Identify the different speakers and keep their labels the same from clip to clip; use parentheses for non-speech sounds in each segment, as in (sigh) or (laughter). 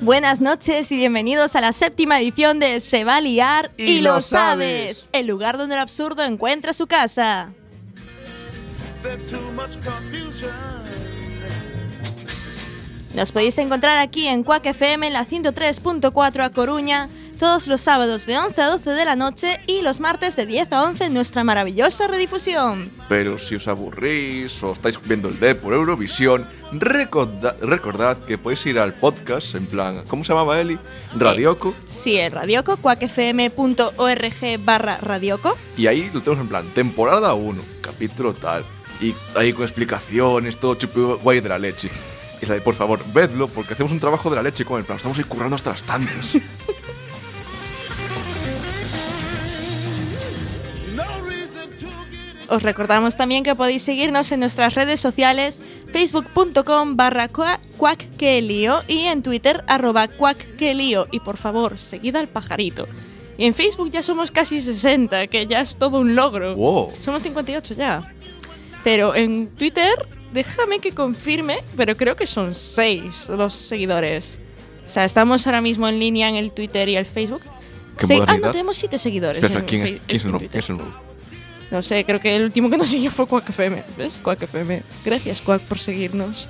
Speaker 1: Buenas noches y bienvenidos a la séptima edición de Se va a liar y, lo sabes. el lugar donde el absurdo encuentra su casa.
Speaker 2: There's too much confusion.
Speaker 1: Nos podéis encontrar aquí en Quack FM en la 103.4 a Coruña todos los sábados de 11 a 12 de la noche y los martes de 10 a 11 en nuestra maravillosa redifusión.
Speaker 2: Pero si os aburrís o estáis viendo el D por Eurovisión, recorda- recordad que podéis ir al podcast, en plan, ¿cómo se llamaba Eli? Radioco.
Speaker 1: Sí, el Radioco, quackfm.org barra Radioco.
Speaker 2: Y ahí lo tenemos en plan, temporada 1, capítulo tal. Y ahí con explicaciones, todo chupi guay de la leche. Y es la de, por favor, vedlo, porque hacemos un trabajo de la leche con el plan, estamos ahí currando hasta las tantas.
Speaker 1: Os recordamos también que podéis seguirnos en nuestras redes sociales facebook.com barra cua- cuacquelío y en twitter arroba cuacquelío y por favor, seguid al pajarito. Y en Facebook ya somos casi 60, que ya es todo un logro.
Speaker 2: wow.
Speaker 1: Somos 58 ya. Pero en Twitter, déjame que confirme, pero creo que son 6 los seguidores. O sea, estamos ahora mismo en línea en el Twitter y el Facebook.
Speaker 2: Qué
Speaker 1: Sí, ah,
Speaker 2: modernidad.
Speaker 1: no, tenemos 7 seguidores.
Speaker 2: Espera,
Speaker 1: en
Speaker 2: ¿quién es,
Speaker 1: Fe-
Speaker 2: quién es el
Speaker 1: en
Speaker 2: nuevo?
Speaker 1: Twitter.
Speaker 2: ¿Quién es el nuevo?
Speaker 1: No sé, creo que el último que nos siguió fue Quack FM. ¿Ves? Quack FM. Gracias, Quack, por seguirnos.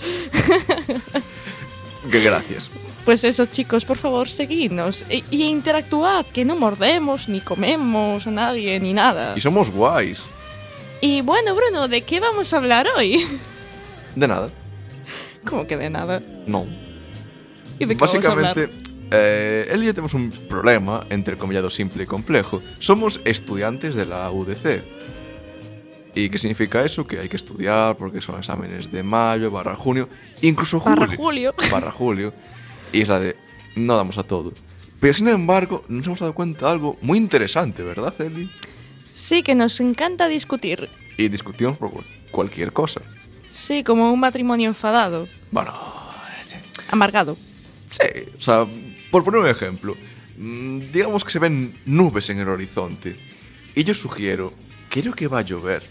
Speaker 2: Que gracias.
Speaker 1: Pues eso, chicos, por favor, seguidnos. E- y interactuad, que no mordemos, ni comemos a nadie, ni nada.
Speaker 2: Y somos guays.
Speaker 1: Y bueno, Bruno, ¿de qué vamos a hablar hoy? (laughs)
Speaker 2: De nada.
Speaker 1: Como que de nada.
Speaker 2: No.
Speaker 1: ¿Y de qué vamos a hablar?
Speaker 2: Básicamente, eh, él y yo tenemos un problema, entre comillado simple y complejo. Somos estudiantes de la UDC. ¿Y qué significa eso? Que hay que estudiar porque son exámenes de mayo, barra junio, incluso julio.
Speaker 1: Barra julio.
Speaker 2: (laughs) Barra julio. Y es la de, no damos a todo. Pero sin embargo, nos hemos dado cuenta de algo muy interesante, ¿verdad, Eli?
Speaker 1: Sí, que nos encanta discutir.
Speaker 2: Y discutimos por cual- cualquier cosa.
Speaker 1: Sí, como un matrimonio enfadado,
Speaker 2: Bueno,
Speaker 1: amargado.
Speaker 2: Sí, o sea, por poner un ejemplo, mm, digamos que se ven nubes en el horizonte. Y yo sugiero, creo que va a llover.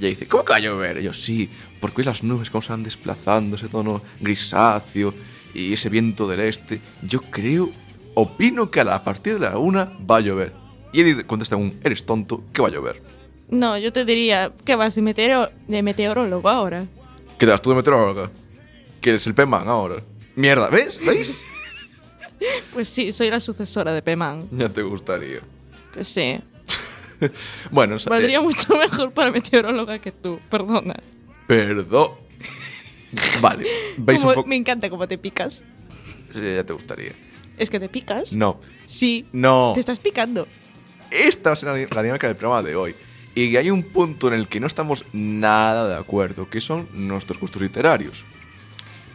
Speaker 2: Y ella dice, ¿cómo que va a llover? Y yo, sí, porque hoy las nubes cómo se van desplazando, ese tono grisáceo y ese viento del este. Yo creo, opino que a, la- a partir de la una va a llover. Y él contesta un, eres tonto, que va a llover.
Speaker 1: No, yo te diría que vas de, meteoro- de meteorólogo ahora.
Speaker 2: ¿Qué te das tú de meteoróloga? Que eres el P-Man ahora. Mierda, ¿ves? ¿Veis? (laughs)
Speaker 1: Pues sí, soy la sucesora de Peman.
Speaker 2: ya te gustaría.
Speaker 1: Que sí.
Speaker 2: Bueno, o sea, eh,
Speaker 1: Valdría mucho (laughs) mejor para meteoróloga que tú, perdona.
Speaker 2: Perdón. Vale, veis
Speaker 1: Como-
Speaker 2: un poco.
Speaker 1: Me encanta cómo te picas.
Speaker 2: Sí, Ya te gustaría.
Speaker 1: ¿Es que te picas?
Speaker 2: No,
Speaker 1: Sí.
Speaker 2: no.
Speaker 1: Te estás picando.
Speaker 2: Esta va a ser la di- la dinámica del programa de hoy. Y hay un punto en el que no estamos nada de acuerdo, que son nuestros gustos literarios.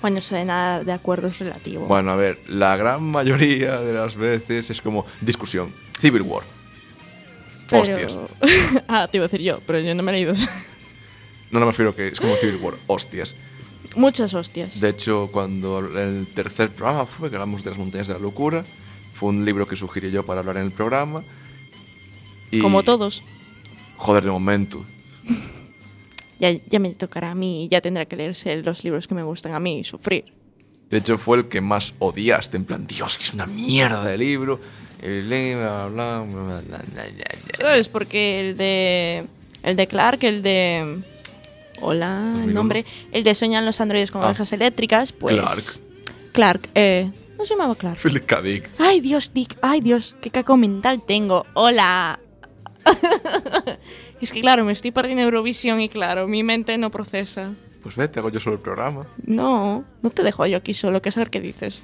Speaker 1: Bueno, eso de nada de acuerdo es relativo.
Speaker 2: Bueno, a ver, la gran mayoría de las veces es como discusión. Civil War.
Speaker 1: Pero-
Speaker 2: Hostias.
Speaker 1: (laughs) ah, te iba a decir yo, pero yo no me he leído. (laughs)
Speaker 2: No, no me refiero que es como Civil War. Hostias.
Speaker 1: Muchas hostias.
Speaker 2: De hecho, cuando el tercer programa fue que hablamos de las montañas de la locura, fue un libro que sugerí yo para hablar en el programa. Y-
Speaker 1: Como todos.
Speaker 2: Joder, de momento.
Speaker 1: Ya, ya me tocará a mí y ya tendrá que leerse los libros que me gustan a mí y sufrir.
Speaker 2: De hecho, fue el que más odiaste. En plan, Dios, que es una mierda de libro. Eh, le- bla, bla, bla, bla, bla, bla, bla, bla.
Speaker 1: ¿Sabes? Porque el de. El de Clark, el de. Hola, el
Speaker 2: 2001.
Speaker 1: nombre. El de Soñan los androides con
Speaker 2: Ah.
Speaker 1: ovejas eléctricas, pues. Clark. Clark, eh. No se llamaba Clark.
Speaker 2: Philip K. Dick.
Speaker 1: Ay, Dios, Dick. Ay, Dios, qué caco mental tengo. Hola. (laughs) es que, claro, me estoy perdiendo Eurovisión y, claro, mi mente no procesa.
Speaker 2: Pues vete, hago yo solo el programa.
Speaker 1: No, no te dejo yo aquí solo, que saber qué dices.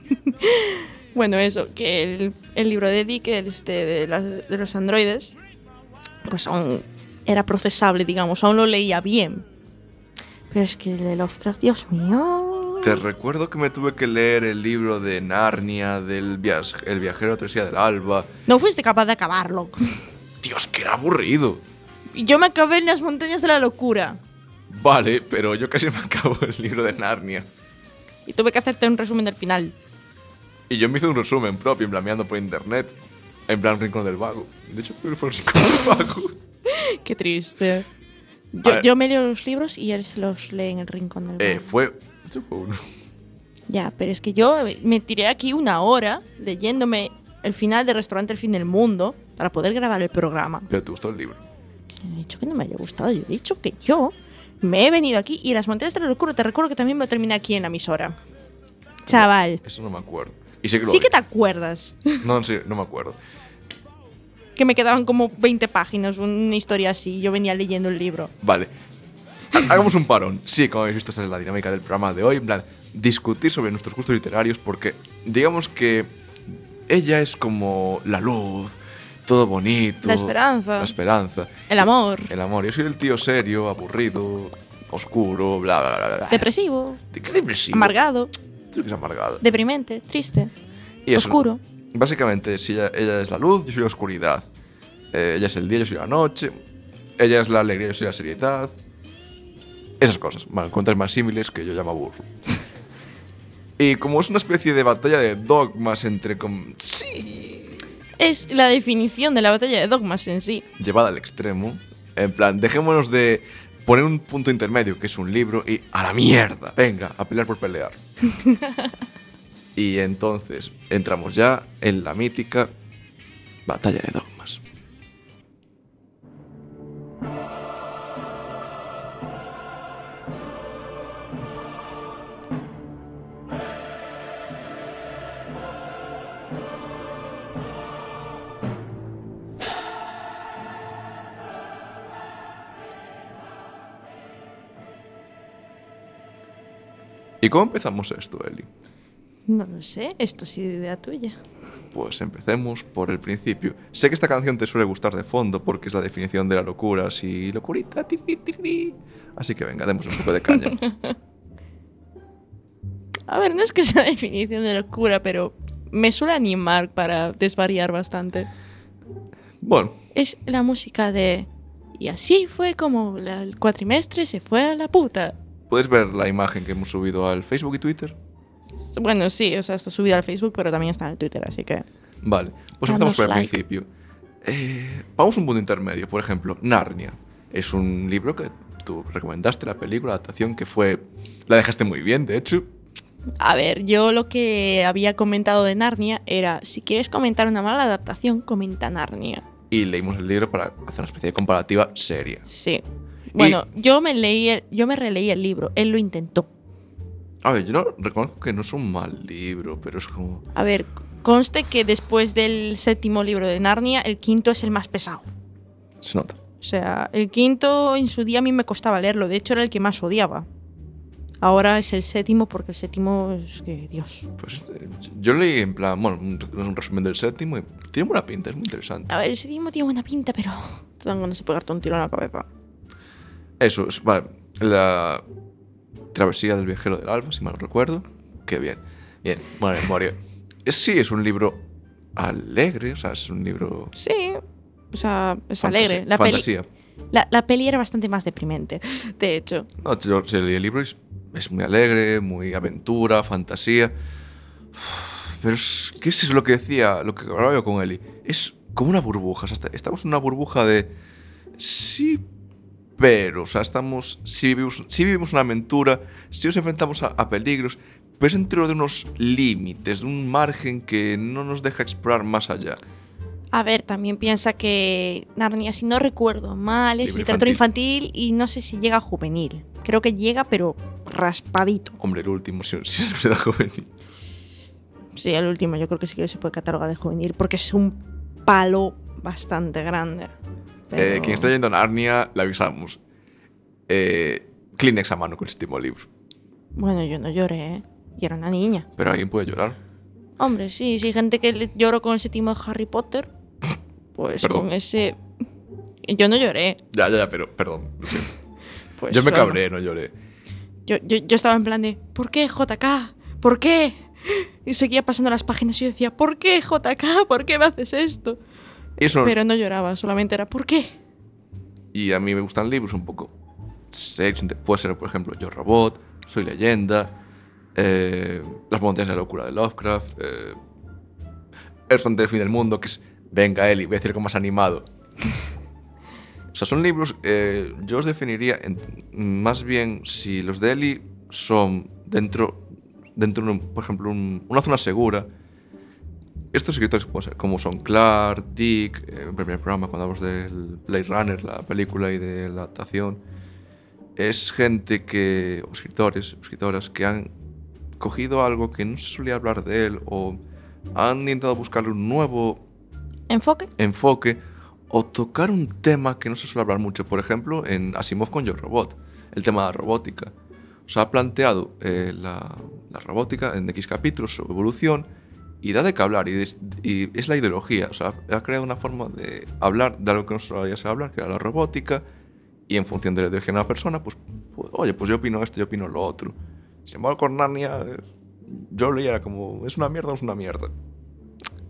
Speaker 1: (laughs) bueno, eso, que el, el libro de Dick, el este, de, las- de los androides, pues aún era procesable, digamos, aún lo leía bien. Pero es que el de Lovecraft, Dios mío.
Speaker 2: Te recuerdo que me tuve que leer el libro de Narnia, del viaj- El viajero Tresía del Alba.
Speaker 1: No fuiste capaz de acabarlo. (laughs)
Speaker 2: Dios, que era aburrido.
Speaker 1: Y yo me acabé en las montañas de la locura.
Speaker 2: Vale, pero yo casi me acabo el libro de Narnia.
Speaker 1: Y tuve que hacerte un resumen del final. (laughs)
Speaker 2: Y yo me hice un resumen propio, en plan, mirando por internet. En plan, Rincón del Vago. De hecho, creo que fue el Rincón
Speaker 1: (laughs)
Speaker 2: del Vago.
Speaker 1: Qué triste.
Speaker 2: A
Speaker 1: Yo,
Speaker 2: ver.
Speaker 1: yo me leo los libros y él se los lee en el rincón del
Speaker 2: Eh,
Speaker 1: baño.
Speaker 2: fue. De hecho, fue uno.
Speaker 1: Ya, pero es que yo me tiré aquí una hora leyéndome el final de Restaurante El Fin del Mundo para poder grabar el programa.
Speaker 2: Pero te gustó el libro.
Speaker 1: Que no He dicho que no me haya gustado, yo he dicho que yo me he venido aquí y Las Montañas de la Locura, te recuerdo que también me lo terminé aquí en la emisora. Chaval,
Speaker 2: Eso no me acuerdo. Y sé que lo
Speaker 1: sí
Speaker 2: oí.
Speaker 1: que te acuerdas
Speaker 2: No, en serio, no me acuerdo.
Speaker 1: que me quedaban como 20 páginas, una historia así, y yo venía leyendo el libro.
Speaker 2: Vale. Ha- Hagamos un parón. Sí, como habéis visto, esta es la dinámica del programa de hoy. En plan, discutir sobre nuestros gustos literarios porque, digamos que ella es como la luz, todo bonito.
Speaker 1: La esperanza.
Speaker 2: La esperanza.
Speaker 1: El amor,
Speaker 2: El amor. Yo soy el tío serio, aburrido, oscuro, bla, bla, bla. bla.
Speaker 1: depresivo,
Speaker 2: ¿Qué depresivo?
Speaker 1: amargado,
Speaker 2: Tú que eres amargada.
Speaker 1: deprimente, triste,
Speaker 2: Y eso,
Speaker 1: oscuro.
Speaker 2: Básicamente, si ella, ella es la luz, yo soy la oscuridad. Eh, ella es el día, yo soy la noche. Ella es la alegría, yo soy la seriedad. Esas cosas. Mal, cuentas más símiles que yo llamo burro. (laughs) y como es una especie de batalla de dogmas entre... com- Sí.
Speaker 1: Es la definición de la batalla de dogmas en sí.
Speaker 2: Llevada al extremo. En plan, dejémonos de poner un punto intermedio, que es un libro, y a la mierda. Venga, a pelear por pelear. y entonces entramos ya en la mítica batalla de dogmas. ¿Y cómo empezamos esto, Eli?
Speaker 1: No lo sé, esto sí es idea tuya.
Speaker 2: Pues empecemos por el principio. Sé que esta canción te suele gustar de fondo porque es la definición de la locura, así locurita, tiri, tiri. Así que venga, demos un poco de caña.
Speaker 1: A ver, no es que sea (laughs) definición de locura, pero me suele animar para desvariar bastante.
Speaker 2: bueno,
Speaker 1: Es la música de... Y así fue como la- el cuatrimestre se fue a la puta.
Speaker 2: puedes ver la imagen que hemos subido al Facebook y Twitter.
Speaker 1: Bueno, sí, o sea, está subida al Facebook, pero también está en el Twitter, así que...
Speaker 2: Vale, pues
Speaker 1: Danos
Speaker 2: empezamos por el
Speaker 1: like.
Speaker 2: principio. Eh, vamos a un punto intermedio, por ejemplo, Narnia. Es un libro que tú recomendaste, la película, la adaptación que fue... La dejaste muy bien, de hecho.
Speaker 1: A ver, yo lo que había comentado de Narnia era, si quieres comentar una mala adaptación, comenta Narnia.
Speaker 2: Y leímos el libro para hacer una especie de comparativa seria.
Speaker 1: Sí. Bueno, yo me leí, el- yo me releí el libro, él lo intentó.
Speaker 2: A ver, yo no, reconozco que no es un mal libro, pero es como...
Speaker 1: A ver, conste que después del séptimo libro de Narnia, el quinto es el más pesado.
Speaker 2: Se nota.
Speaker 1: O sea, el quinto en su día a mí me costaba leerlo, de hecho era el que más odiaba. Ahora es el séptimo porque el séptimo es que, Dios.
Speaker 2: Pues eh, yo leí en plan, bueno, un, un resumen del séptimo y tiene buena pinta, es muy interesante.
Speaker 1: A ver, el séptimo tiene buena pinta, pero te dan ganas de pegarte un tiro en la cabeza.
Speaker 2: Eso, es, vale, la travesía del viajero del alba, si mal no recuerdo. Qué bien, bien, buena memoria. Eh, Sí, es un libro alegre, o sea, es un libro...
Speaker 1: Sí, o sea, es
Speaker 2: fantasía-
Speaker 1: alegre. La peli,
Speaker 2: fantasía.
Speaker 1: la, la peli era bastante más deprimente, de hecho.
Speaker 2: No, yo, yo leí el libro y es, es muy alegre, muy aventura, fantasía. Uf, Pero es que eso es lo que decía, lo que hablaba yo con Eli. Es como una burbuja. o sea, esta- estamos en una burbuja de. Sí, pero. O sea, estamos. Sí vivimos, sí vivimos una aventura, sí nos enfrentamos a, a peligros, pero es dentro de unos límites, de un margen que no nos deja explorar más allá.
Speaker 1: A ver, también piensa que Narnia, si no recuerdo mal, es
Speaker 2: Libro
Speaker 1: literatura infantil. y no sé si llega a juvenil. Creo que llega, pero raspadito.
Speaker 2: Hombre, el último, si, si no se da juvenil.
Speaker 1: Sí, el último, yo creo que sí que se puede catalogar de juvenil porque es un palo bastante grande.
Speaker 2: Eh,
Speaker 1: Pero-
Speaker 2: quien está leyendo Narnia, le avisamos. Eh, Kleenex a mano con el séptimo libro.
Speaker 1: Bueno, yo no lloré, ¿eh? Yo era una niña.
Speaker 2: Pero alguien puede llorar.
Speaker 1: Hombre, sí, sí, hay gente que le- lloró con ese timo de Harry Potter. Pues
Speaker 2: Perdón.
Speaker 1: con ese. Yo no lloré.
Speaker 2: Ya, ya, ya, pero perdón, lo siento.
Speaker 1: Pues,
Speaker 2: Yo me
Speaker 1: bueno,
Speaker 2: cabré, no lloré.
Speaker 1: Yo, yo- yo estaba en plan de, ¿por qué JK? ¿Por qué? Y seguía pasando las páginas y yo decía, ¿por qué JK? ¿Por qué me haces esto?
Speaker 2: Y, eso,
Speaker 1: Pero no lloraba, solamente era, ¿por qué?
Speaker 2: y a mí me gustan libros un poco sexy. Puede ser, por ejemplo, Yo Robot, Soy Leyenda, eh, Las Montañas de la Locura de Lovecraft, eh, El Son del Fin del Mundo, que es Venga, Eli, voy a decir algo más animado. O sea, son libros, eh, yo os definiría en- más bien si los de Eli son dentro, dentro de, un- por ejemplo, un- una zona segura. Estos escritores como se- como son Clark, Dick, eh, en el primer programa cuando hablamos del Blade Runner, la película y de la adaptación, es gente que, o escritores, o escritoras, que han cogido algo que no se solía hablar de él o han intentado buscarle un nuevo
Speaker 1: ¿Enfoque?
Speaker 2: enfoque o tocar un tema que no se suele hablar mucho, por ejemplo, en Asimov con Yo Robot, el tema de la robótica. O sea, ha planteado eh, la, la robótica en X capítulos, su evolución, y da de qué hablar, y, des- y es la ideología. O sea, ha creado una forma de hablar de algo que no se solía hablar, que era la robótica, y en función de la ideología de una persona, pues, pues, oye, pues yo opino esto, yo opino lo otro. Sin embargo, con Narnia, eh, yo leía era como, es una mierda, es una mierda.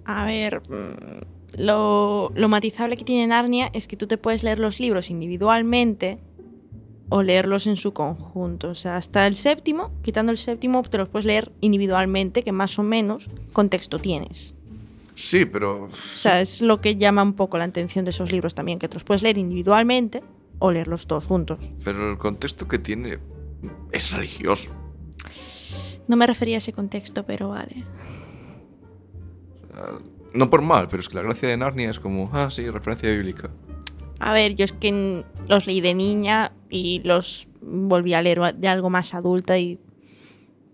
Speaker 1: A ver, mm, lo, lo matizable que tiene Narnia es que tú te puedes leer los libros individualmente o leerlos en su conjunto. O sea, hasta el séptimo, quitando el séptimo, te los puedes leer individualmente, que más o menos contexto tienes.
Speaker 2: Sí, pero...
Speaker 1: O sea, es lo que llama un poco la atención de esos libros también, que te los puedes leer individualmente o leerlos todos juntos.
Speaker 2: Pero el contexto que tiene es religioso.
Speaker 1: No me refería a ese contexto, pero vale.
Speaker 2: Ah, No por mal, pero es que la gracia de Narnia es como, ah, sí, referencia bíblica.
Speaker 1: A ver, yo es que n- los leí de niña y los volví a leer de algo más adulta y,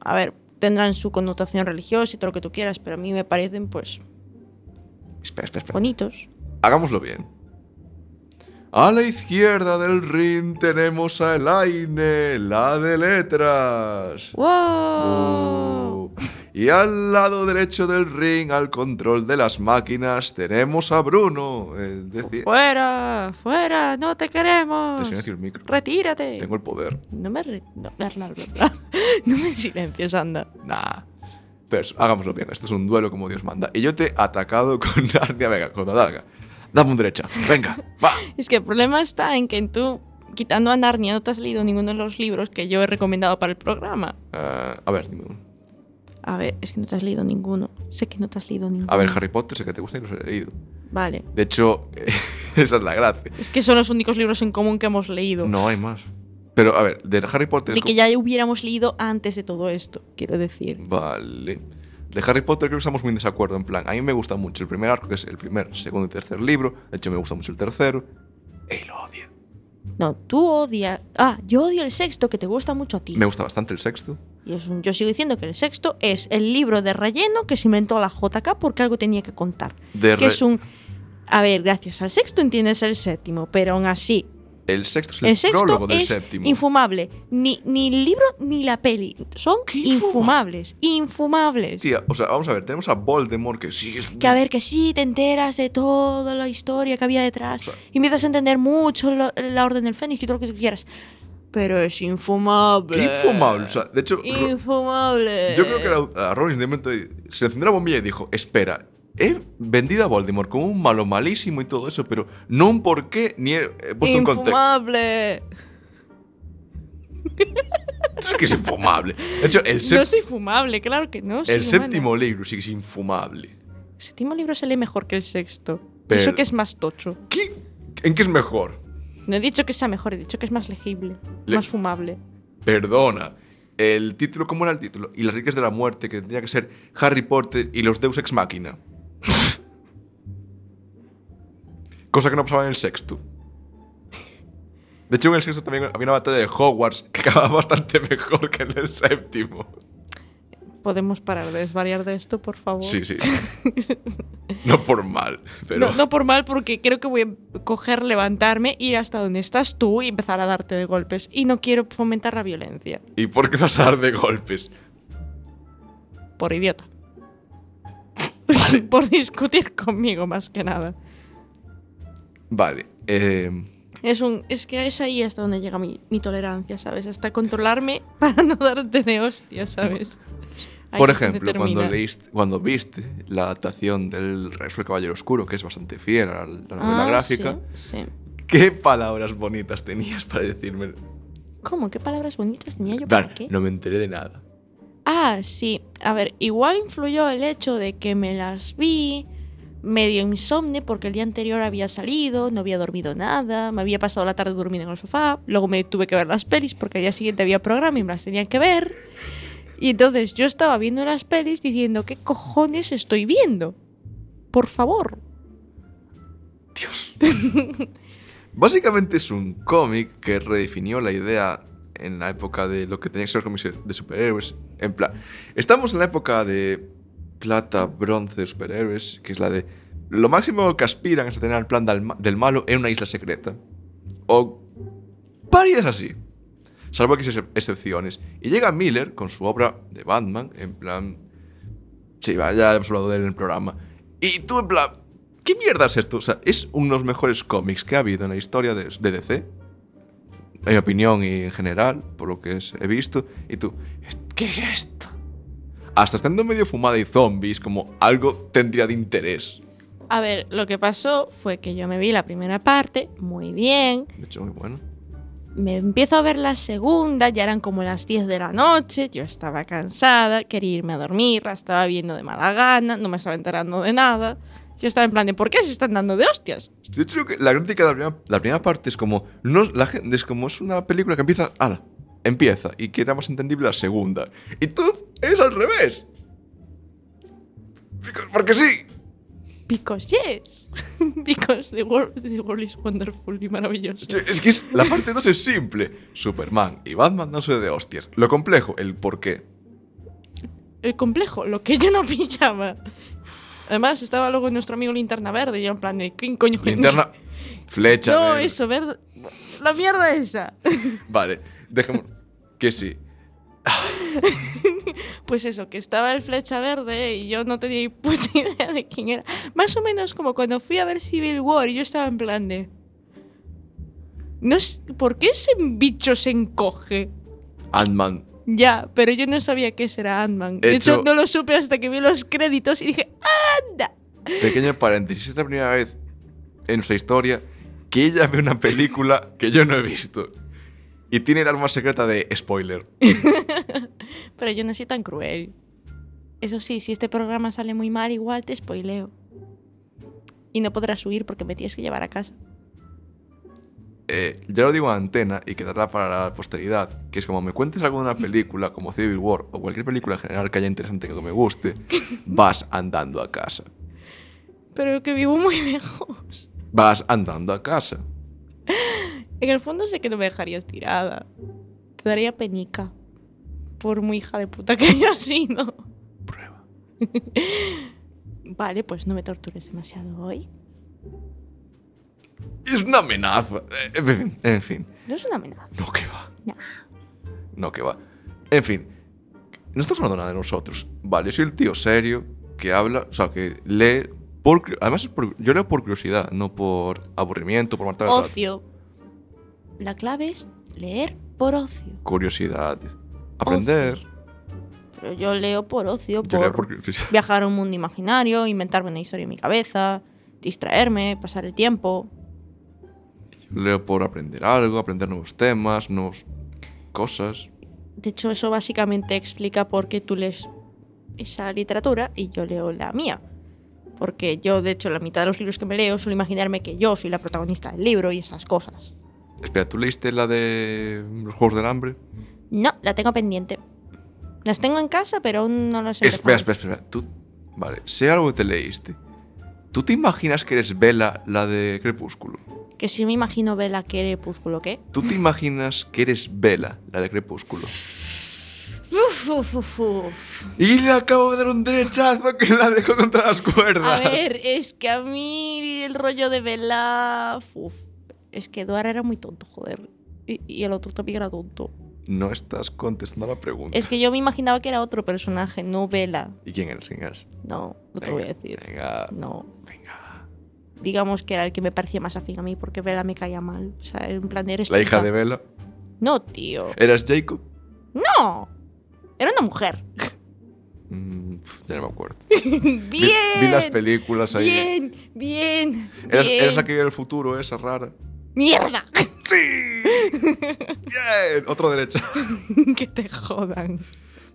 Speaker 1: a ver, tendrán su connotación religiosa y todo lo que tú quieras, pero a mí me parecen pues
Speaker 2: Espera, espera, espera.
Speaker 1: bonitos.
Speaker 2: Hagámoslo bien. A la izquierda del ring tenemos a Elaine, la de letras.
Speaker 1: ¡Wow!
Speaker 2: Uh. Y al lado derecho del ring, al control de las máquinas, tenemos a Bruno. Eh, El de ci-
Speaker 1: ¡Fuera! ¡Fuera! ¡No te
Speaker 2: Te
Speaker 1: queremos!
Speaker 2: silencio el micro.
Speaker 1: ¡Retírate!
Speaker 2: Tengo el poder.
Speaker 1: No me re- no, bla, bla, bla, bla. No (laughs) me silencies, anda.
Speaker 2: Nah. Pero hagámoslo bien. Esto es un duelo como Dios manda. Y yo te he atacado (laughs) con Narnia. Venga, con la daga. Dame un derechazo. Venga, va.
Speaker 1: Es que el problema está en que tú, quitando a Narnia, no te has leído ninguno de los libros que yo he recomendado para el programa.
Speaker 2: Eh, a ver, dime uno.
Speaker 1: A ver, es que no te has leído ninguno. Sé que no te has leído ninguno.
Speaker 2: A ver, Harry Potter sé que te gusta y los he leído.
Speaker 1: Vale.
Speaker 2: De hecho, (laughs) esa es la gracia.
Speaker 1: Es que son los únicos libros en común que hemos leído.
Speaker 2: No hay más. Pero, a ver, de Harry Potter...
Speaker 1: De que ya hubiéramos leído antes de todo esto, quiero decir.
Speaker 2: Vale. De Harry Potter creo que estamos muy en desacuerdo. En plan, a mí me gusta mucho el primer arco, que es el primer, segundo y tercer libro. De hecho, me gusta mucho el tercero. Él lo odia.
Speaker 1: No, tú odias. Ah, yo odio el sexto, que te gusta mucho a ti.
Speaker 2: Me gusta bastante el sexto.
Speaker 1: Y es un- yo sigo diciendo que el sexto es el libro de relleno que se inventó la JK porque algo tenía que contar.
Speaker 2: De
Speaker 1: que
Speaker 2: re-
Speaker 1: es un. A ver, gracias al sexto entiendes el séptimo, pero aún así.
Speaker 2: El sexto es el,
Speaker 1: El, sexto
Speaker 2: prólogo del
Speaker 1: es
Speaker 2: séptimo.
Speaker 1: infumable. Ni, ni el libro ni la peli. Son
Speaker 2: ¿Qué
Speaker 1: infumables. Infumables.
Speaker 2: Tía, o sea, vamos a ver, tenemos a Voldemort que sí es.
Speaker 1: Que a ver, que sí, te enteras de toda la historia que había detrás.
Speaker 2: Claro.
Speaker 1: Y empiezas a entender mucho lo- la Orden del Fénix y todo lo que tú quieras. Pero es infumable.
Speaker 2: Qué infumable. O sea, de hecho, Ro-
Speaker 1: Infumable.
Speaker 2: yo creo que era- a Rowling de momento se le encendió la bombilla y dijo: Espera, he vendido a Voldemort como un malo malísimo y todo eso, pero no un porqué ni he, he puesto un contexto.
Speaker 1: Infumable.
Speaker 2: (laughs) Es que es infumable. De hecho, el, sep-
Speaker 1: No soy fumable, claro que no. soy
Speaker 2: el
Speaker 1: humana.
Speaker 2: séptimo libro sí que es infumable.
Speaker 1: El séptimo libro se lee mejor que el sexto.
Speaker 2: Pero-
Speaker 1: Eso que es más tocho.
Speaker 2: ¿Qué- ¿En qué es mejor?
Speaker 1: No he dicho que sea mejor, he dicho que es más legible,
Speaker 2: Le-
Speaker 1: más fumable.
Speaker 2: Perdona. El título, ¿cómo era el título? Y las riques de la muerte, que tendría que ser Harry Potter y los Deus Ex Machina. (laughs) Cosa que no pasaba en el sexto. De hecho, en el sexto también había una batalla de Hogwarts que acababa (laughs) bastante mejor que en el séptimo.
Speaker 1: ¿Podemos parar de desvariar de esto, por favor?
Speaker 2: Sí, sí. No por mal, pero...
Speaker 1: No, no por mal, porque creo que voy a coger, levantarme, ir hasta donde estás tú y empezar a darte de golpes. Y no quiero fomentar la violencia,
Speaker 2: ¿Y por qué vas a dar de golpes?
Speaker 1: por idiota. (laughs) por discutir conmigo más que nada.
Speaker 2: Vale. eh,
Speaker 1: Es, un, es que es ahí hasta donde llega mi, mi tolerancia, ¿sabes? Hasta controlarme (laughs) para no darte de hostia, ¿sabes? Ahí
Speaker 2: Por
Speaker 1: es donde
Speaker 2: ejemplo, cuando,
Speaker 1: termina.
Speaker 2: leíste, cuando viste la adaptación del Regreso del Caballero Oscuro, que es bastante fiel a la novela
Speaker 1: Ah,
Speaker 2: gráfica,
Speaker 1: Sí, sí.
Speaker 2: ¿qué palabras bonitas tenías para decirme?
Speaker 1: ¿Cómo? ¿Qué palabras bonitas tenía yo
Speaker 2: En plan,
Speaker 1: para qué?
Speaker 2: no me enteré de nada.
Speaker 1: Ah, sí. A ver, igual influyó el hecho de que me las vi medio insomne porque el día anterior había salido, no había dormido nada, me había pasado la tarde durmiendo en el sofá, luego me tuve que ver las pelis porque al día siguiente había programa y me las tenía que ver. Y entonces yo estaba viendo las pelis diciendo, ¿qué cojones estoy viendo? Por favor.
Speaker 2: Dios. Básicamente es un cómic que redefinió la idea en la época de lo que tenía que ser cómics de superhéroes. En plan, estamos en la época de plata, bronce de superhéroes, que es la de lo máximo que aspiran es a tener el plan del, ma- del malo en una isla secreta. O varias así. Salvo que hay excep- excepciones. Y llega Miller con su obra de Batman, en plan, Sí, va, ya hemos hablado de él en el programa. Y tú, en plan, ¿qué mierda es esto? O sea, es uno de los mejores cómics que ha habido en la historia de, de DC. En mi opinión y en general, por lo que es- he visto. Y tú, "Es- ¿qué es esto? Hasta estando medio fumada y zombies, como algo tendría de interés.
Speaker 1: A ver, lo que pasó fue que yo me vi la primera parte, muy bien.
Speaker 2: De hecho, muy bueno.
Speaker 1: Me empiezo a ver la segunda, ya eran como las 10 de la noche, yo estaba cansada, quería irme a dormir, la estaba viendo de mala gana, no me estaba enterando de nada. Yo estaba en plan de, ¿por qué se están dando de hostias?
Speaker 2: De hecho, creo que la crítica de la primera, la primera parte es como. No, la gente es como es una película que empieza. ala, Empieza. Y que era más entendible la segunda. Y tú es al revés. Porque- Porque sí.
Speaker 1: Because yes. (laughs) Because the world, the world is wonderful y maravilloso.
Speaker 2: Sí, Es que es- la parte 2 es simple. Superman y Batman no se de hostias. Lo complejo, el por qué.
Speaker 1: El complejo, lo que yo no (laughs) pillaba. Además, estaba luego nuestro amigo Linterna Verde y yo en plan de, ¿quién coño?
Speaker 2: Linterna. Flecha.
Speaker 1: No,
Speaker 2: verde.
Speaker 1: eso, ver... La mierda esa.
Speaker 2: Vale, dejemos. Que sí.
Speaker 1: Pues eso, que estaba el flecha verde y yo no tenía ni puta (laughs) idea de quién era. Más o menos como cuando fui a ver Civil War y yo estaba en plan de... No sé, ¿Por qué ese bicho se encoge?
Speaker 2: Ant-Man.
Speaker 1: Ya, pero yo no sabía qué era Ant-Man. De
Speaker 2: Hecho-
Speaker 1: hecho, no lo supe hasta que vi los créditos y dije, ¡anda!
Speaker 2: Pequeño paréntesis, es la primera vez en su historia que ella ve una película que yo no he visto. Y tiene el arma secreta de spoiler.
Speaker 1: Pero yo no soy tan cruel. Eso sí, si este programa sale muy mal, igual te spoileo. Y no podrás huir porque me tienes que llevar a casa.
Speaker 2: Eh, ya lo digo a antena y quedará para la posteridad, que es como me cuentes algo de una película como Civil War o cualquier película en general que haya interesante que me guste, vas andando a casa.
Speaker 1: Pero que vivo muy (laughs) lejos.
Speaker 2: Vas andando a casa.
Speaker 1: En el fondo sé que no me dejarías tirada. Te daría penica. Por muy hija de puta que (laughs) haya sido.
Speaker 2: Prueba.
Speaker 1: (laughs) Vale, pues no me tortures demasiado hoy.
Speaker 2: Es una amenaza. Eh, En fin, en fin.
Speaker 1: No es una amenaza.
Speaker 2: No que va.
Speaker 1: No.
Speaker 2: No que va. En fin. No estamos hablando nada de nosotros. Vale, yo soy el tío serio que habla, o sea, que lee por... cu- Además, es por- yo leo por curiosidad, no por aburrimiento, por matar el rato.
Speaker 1: Ocio. La clave es leer por ocio.
Speaker 2: Curiosidad. Aprender.
Speaker 1: Pero yo leo por ocio,
Speaker 2: Yo leo
Speaker 1: por,
Speaker 2: por curiosidad. (laughs)
Speaker 1: viajar a un mundo imaginario, inventarme una historia en mi cabeza, distraerme, pasar el tiempo.
Speaker 2: Yo leo por aprender algo, aprender nuevos temas, nuevas cosas.
Speaker 1: De hecho, eso básicamente explica por qué tú lees esa literatura y yo leo la mía. Porque yo, de hecho, la mitad de los libros que me leo suelo imaginarme que yo soy la protagonista del libro y esas cosas.
Speaker 2: Espera, ¿tú leíste la de los Juegos del Hambre?
Speaker 1: No, la tengo pendiente. Las tengo en casa, pero aún no las he
Speaker 2: Espera,
Speaker 1: empezado.
Speaker 2: espera, espera. Tú, vale, sé algo que te leíste. ¿Tú te imaginas que eres Vela, la de Crepúsculo?
Speaker 1: Que si me imagino Vela Crepúsculo, ¿qué?
Speaker 2: ¿Tú te imaginas que eres Vela, la de Crepúsculo?
Speaker 1: Uf, uf, uf, uf.
Speaker 2: Y le acabo de dar un derechazo que la dejó contra las
Speaker 1: A
Speaker 2: cuerdas.
Speaker 1: ver, es que a mí el rollo de Vela. uf, es que Eduard era muy tonto, joder. Y, y el otro también era tonto.
Speaker 2: No estás contestando la pregunta.
Speaker 1: Es que yo me imaginaba que era otro personaje, no Vela.
Speaker 2: ¿Y quién eres? ¿Quién eres?
Speaker 1: No, no te voy a
Speaker 2: Venga,
Speaker 1: decir.
Speaker 2: Venga,
Speaker 1: No.
Speaker 2: venga.
Speaker 1: Digamos que era el que me parecía más afín a mí porque Vela me caía mal. O sea, en plan, eres.
Speaker 2: La hija
Speaker 1: tonta.
Speaker 2: de Eh. Vela.
Speaker 1: No, tío.
Speaker 2: ¿Eras Jacob?
Speaker 1: ¡No! Era una mujer.
Speaker 2: Mm, pf, ya no me acuerdo.
Speaker 1: (laughs) ¡Bien!
Speaker 2: Vi- Vi, las películas ahí.
Speaker 1: Bien, bien.
Speaker 2: Eras,
Speaker 1: bien.
Speaker 2: eras la que vio el futuro, esa rara.
Speaker 1: ¡Mierda! (laughs)
Speaker 2: ¡Sí! ¡Bien! Otro derecha.
Speaker 1: que te jodan.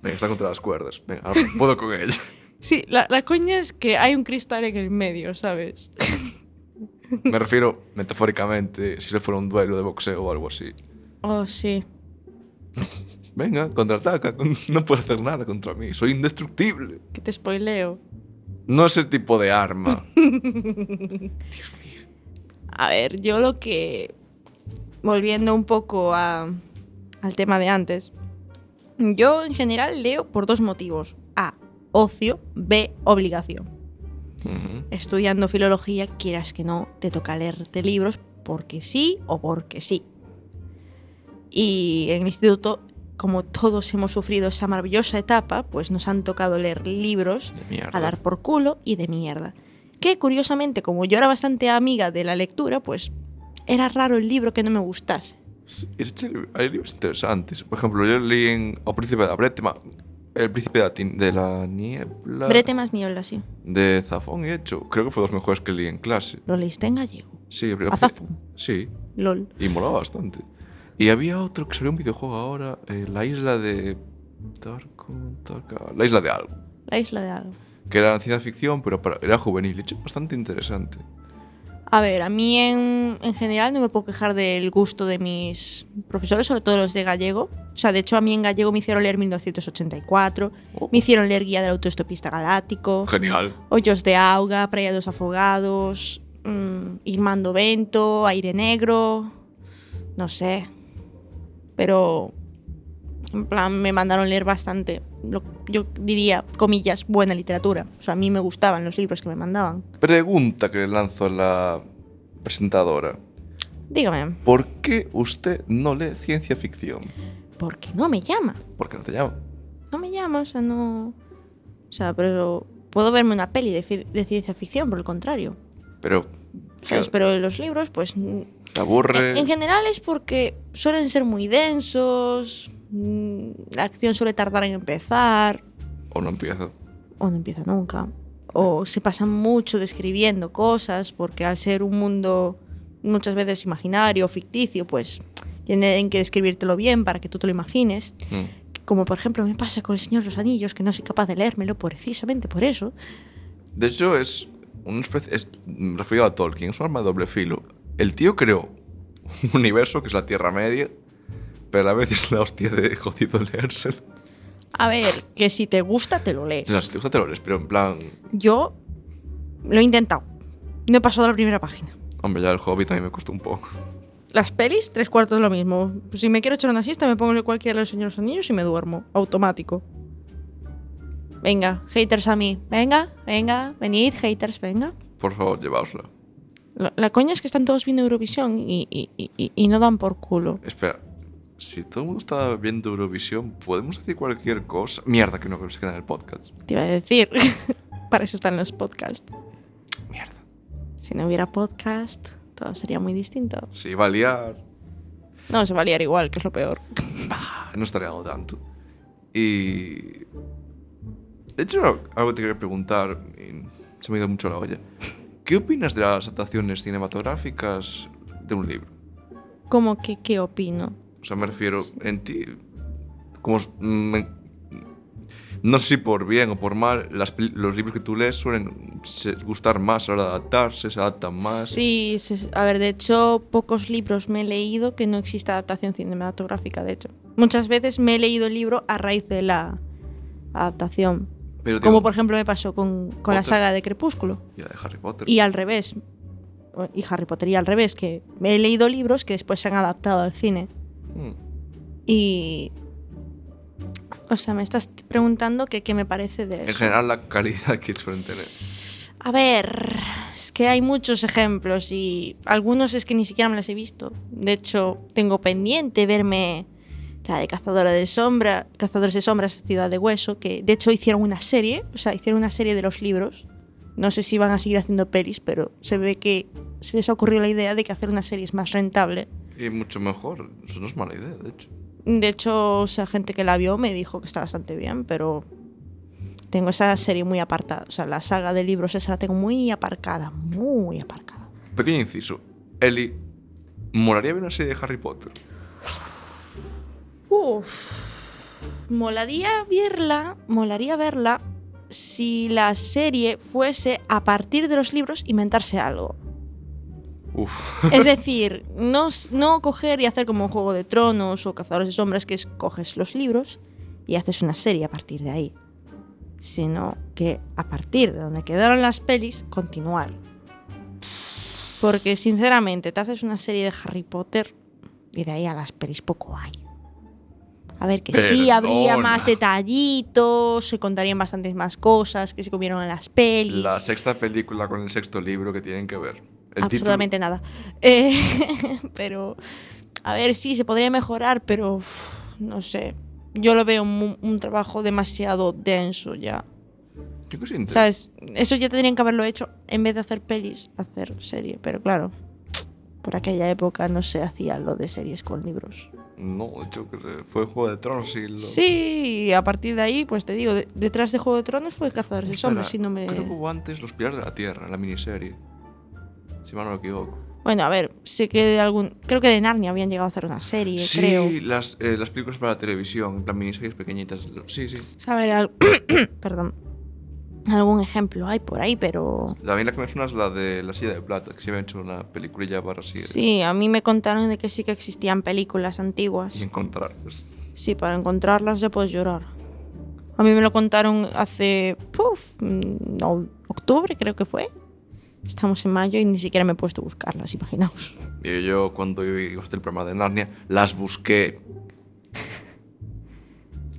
Speaker 2: Venga, está contra las cuerdas. Venga, ahora (laughs) puedo con ella.
Speaker 1: Sí, la, la coña es que hay un cristal en el medio, ¿sabes?
Speaker 2: Me refiero metafóricamente, si se fuera un duelo de boxeo o algo así.
Speaker 1: Oh, sí.
Speaker 2: Venga, contraataca. con- No puede hacer nada contra mí. Soy indestructible.
Speaker 1: Que te spoileo.
Speaker 2: No es el tipo
Speaker 1: (laughs)
Speaker 2: de arma.
Speaker 1: A ver, yo lo que. Volviendo un poco a- al tema de antes. Yo en general leo por dos motivos. A. Ocio. B. Obligación.
Speaker 2: Ujú.
Speaker 1: Estudiando filología, quieras que no, te toca leerte libros porque sí o porque sí. Y en el instituto, como todos hemos sufrido esa maravillosa etapa, pues nos han tocado leer libros
Speaker 2: De mierda.
Speaker 1: a dar por culo y de mierda. Que curiosamente, como yo era bastante amiga de la lectura, pues era raro el libro que no me gustase.
Speaker 2: Sí, es que hay libros interesantes. Por ejemplo, yo leí en O Príncipe de Bretema, El Príncipe de, la tin- de la Niebla
Speaker 1: Brete más niebla, sí.
Speaker 2: de Zafón, he hecho. Creo que fue de los mejores que leí en clase.
Speaker 1: Lo leíste en gallego.
Speaker 2: Sí,
Speaker 1: A Zafón.
Speaker 2: sí,
Speaker 1: LOL.
Speaker 2: y molaba bastante. Y había otro que salió un videojuego ahora, eh, la isla de Tarko, Tarka- la isla de algo,
Speaker 1: La isla de algo.
Speaker 2: que era ciencia ficción, pero para- era juvenil, hecho bastante interesante.
Speaker 1: A ver, a mí en, en general no me puedo quejar del gusto de mis profesores, sobre todo los de gallego. O sea, de hecho a mí en gallego me hicieron leer 1984,
Speaker 2: Oh.
Speaker 1: me hicieron leer Guía del Autoestopista Galáctico,
Speaker 2: Genial.
Speaker 1: Hoyos de Auga, Praia dos Afogados, mm, Irmando Vento, Aire Negro, no sé. Pero en plan me mandaron leer bastante, lo- yo diría, comillas, buena literatura. O sea, a mí me gustaban los libros que me mandaban.
Speaker 2: Pregunta que le lanzo a la presentadora.
Speaker 1: Dígame,
Speaker 2: ¿Por qué usted no lee ciencia ficción?
Speaker 1: ¿por qué no me llama?
Speaker 2: ¿Por qué no te llama?
Speaker 1: no me llama, o sea, no. O sea, pero puedo verme una peli de, fi- de ciencia ficción, por el contrario.
Speaker 2: Pero
Speaker 1: ¿Sabes?
Speaker 2: claro,
Speaker 1: Pero los libros, pues. n-
Speaker 2: te aburre.
Speaker 1: Eh, En, en general es porque suelen ser muy densos, mm, la acción suele tardar en empezar,
Speaker 2: O no empieza.
Speaker 1: o no empieza nunca. O se pasan mucho describiendo cosas, porque al ser un mundo muchas veces imaginario o ficticio, pues tienen que describírtelo bien para que tú te lo imagines.
Speaker 2: Mm.
Speaker 1: Como por ejemplo me pasa con El Señor de los Anillos, que no soy capaz de leérmelo precisamente por eso.
Speaker 2: De hecho, es una especie. Es, mm, referido a Tolkien, es un arma de doble filo. El tío creó un universo que es la Tierra Media, pero a veces la hostia de jodido leérselo.
Speaker 1: A ver, que si te gusta, te lo lees.
Speaker 2: O sea, si te gusta, te lo lees, pero en plan.
Speaker 1: Yo lo he intentado. No he pasado de la primera página.
Speaker 2: Hombre, ya el hobby también me costó un poco.
Speaker 1: Las pelis, tres cuartos lo mismo. Si me quiero echar una siesta, me pongo cualquiera de los señores anillos y me duermo. Automático. Venga, haters a mí. Venga, venga, venid, haters, venga.
Speaker 2: Por favor, llevaosla.
Speaker 1: La, la coña es que están todos viendo Eurovisión y, y- y- y- y no dan por culo.
Speaker 2: Espera. Si todo el mundo está viendo Eurovisión, podemos decir cualquier cosa. Mierda, que no se queda en el podcast.
Speaker 1: Te iba a decir. (laughs) Para eso están los podcasts.
Speaker 2: Mierda.
Speaker 1: Si no hubiera podcast, todo sería muy distinto.
Speaker 2: Si va a liar.
Speaker 1: No, se va a liar igual, que es lo peor.
Speaker 2: Ah, no estaría dando tanto. Y. De hecho, algo algo que te quería preguntar, y se me ha ido mucho la olla. ¿Qué opinas de las adaptaciones cinematográficas de un libro?
Speaker 1: ¿Cómo que qué opino?
Speaker 2: O sea, me refiero en ti. Como. s- me- no sé si por bien o por mal, las pel- los libros que tú lees suelen se- gustar más a la hora de adaptarse, se adaptan más.
Speaker 1: Sí, sí, a ver, de hecho, pocos libros me he leído que no exista adaptación cinematográfica, de hecho. Muchas veces me he leído el libro a raíz de la adaptación.
Speaker 2: Pero digo,
Speaker 1: Como por ejemplo me pasó con, con la
Speaker 2: Otra.
Speaker 1: saga de Crepúsculo.
Speaker 2: ya de Harry Potter.
Speaker 1: Y al revés. O- Y Harry Potter y al revés, que me he leído libros que después se han adaptado al cine.
Speaker 2: Mm.
Speaker 1: Y... O sea, me estás preguntando que qué me parece de
Speaker 2: En
Speaker 1: eso.
Speaker 2: general, la calidad que suelen tener.
Speaker 1: A ver, es que hay muchos ejemplos y algunos es que ni siquiera me los he visto. De hecho, tengo pendiente verme la de Cazadora de Sombra, Cazadores de Sombras, Ciudad de Hueso, que de hecho hicieron una serie, o sea, hicieron una serie de los libros. No sé si van a seguir haciendo pelis, pero se ve que se les ha ocurrido la idea de que hacer una serie es más rentable.
Speaker 2: Y mucho mejor. Eso no es mala idea, de hecho.
Speaker 1: De hecho, o sea, gente que la vio me dijo que está bastante bien, pero tengo esa serie muy apartada. O sea, la saga de libros esa la tengo muy aparcada, muy aparcada.
Speaker 2: Pequeño inciso. Eli, molaría ver una serie de Harry Potter.
Speaker 1: Uf. Molaría verla, molaría verla si la serie fuese a partir de los libros inventarse algo.
Speaker 2: Uf.
Speaker 1: Es decir, no, s- no coger y hacer como un juego de tronos o cazadores de sombras, que es coges los libros y haces una serie a partir de ahí. Sino que a partir de donde quedaron las pelis, continuar. Porque sinceramente, te haces una serie de Harry Potter y de ahí a las pelis poco hay. A ver, que sí
Speaker 2: Perdona.
Speaker 1: habría más detallitos, se contarían bastantes más cosas que se comieron en las pelis.
Speaker 2: La sexta película con el sexto libro que tienen que ver. El
Speaker 1: absolutamente nada. Eh, (laughs) pero, a ver, sí, se podría mejorar, pero uf, no sé. Yo lo veo mu- un, trabajo demasiado denso ya.
Speaker 2: título. Yo qué sé, inte-
Speaker 1: ¿Sabes? Eso ya tendrían que haberlo hecho en vez de hacer pelis, hacer serie. Pero claro, por aquella época no se hacía lo de series con libros.
Speaker 2: No, yo qué sé, Fue Juego de Tronos y lo-
Speaker 1: Sí, y a partir de ahí, pues te digo, de- detrás de Juego de Tronos fue Cazadores de
Speaker 2: Espera,
Speaker 1: Sombras, si no me...
Speaker 2: Creo que hubo antes Los Pilares de la Tierra, la miniserie. Si mal no me equivoco.
Speaker 1: Bueno, a ver, sé que de algún... Creo que de Narnia habían llegado a hacer una serie,
Speaker 2: sí,
Speaker 1: creo.
Speaker 2: Las, eh, las películas para la televisión, en plan miniseries pequeñitas. lo- Sí, sí.
Speaker 1: saber al- (coughs) perdón algún ejemplo hay por ahí pero
Speaker 2: La bien la que me suena es la de La Silla de Plata, que se había hecho una peliculilla para así.
Speaker 1: sí a mí me contaron de que sí que existían películas
Speaker 2: Y
Speaker 1: antiguas
Speaker 2: encontrarlas.
Speaker 1: sí para encontrarlas ya puedes llorar a mí me lo contaron hace puf, mm, no, octubre creo que fue estamos en mayo y ni siquiera me he puesto a buscarlas imaginaos
Speaker 2: Y yo, cuando iba a hacer el programa de Narnia, las busqué.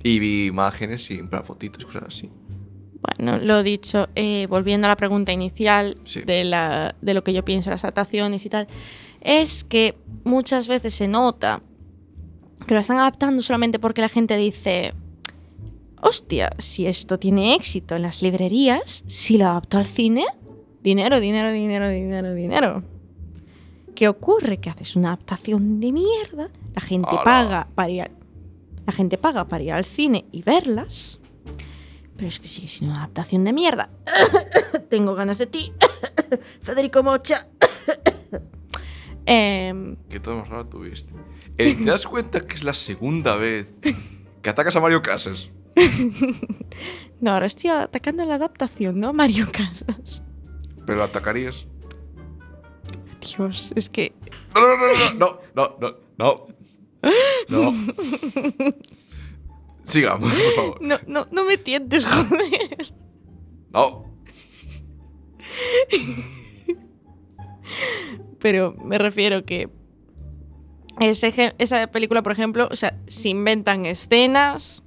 Speaker 2: Y vi imágenes y en plan fotitos y cosas así.
Speaker 1: Bueno, lo dicho, eh, volviendo a la pregunta inicial
Speaker 2: Sí.
Speaker 1: de, la- de lo que yo pienso, las adaptaciones y tal, es que muchas veces se nota que lo están adaptando solamente porque la gente dice, hostia, si esto tiene éxito en las librerías, si lo adapto al cine, dinero, dinero, dinero, dinero, dinero. ¿Qué ocurre? Que haces una adaptación de mierda, la gente
Speaker 2: Ala.
Speaker 1: paga para ir al- la gente paga para ir al cine y verlas. Pero es que sigue siendo una adaptación de mierda. (coughs) Tengo ganas de ti. (coughs) Federico Mocha. (coughs) Em,
Speaker 2: Que todo más raro tuviste. Eh, ¿Te das cuenta que es la segunda vez que atacas a Mario Casas?
Speaker 1: no, ahora estoy atacando la adaptación, ¿no, Mario Casas?
Speaker 2: Pero lo atacarías.
Speaker 1: Dios, es que
Speaker 2: No, no, no, no, no, no, no. No. Sigamos, por favor.
Speaker 1: no, no, no me tientes, (laughs) joder.
Speaker 2: No.
Speaker 1: Pero me refiero que ese eje- esa película, por ejemplo, o sea, se inventan escenas,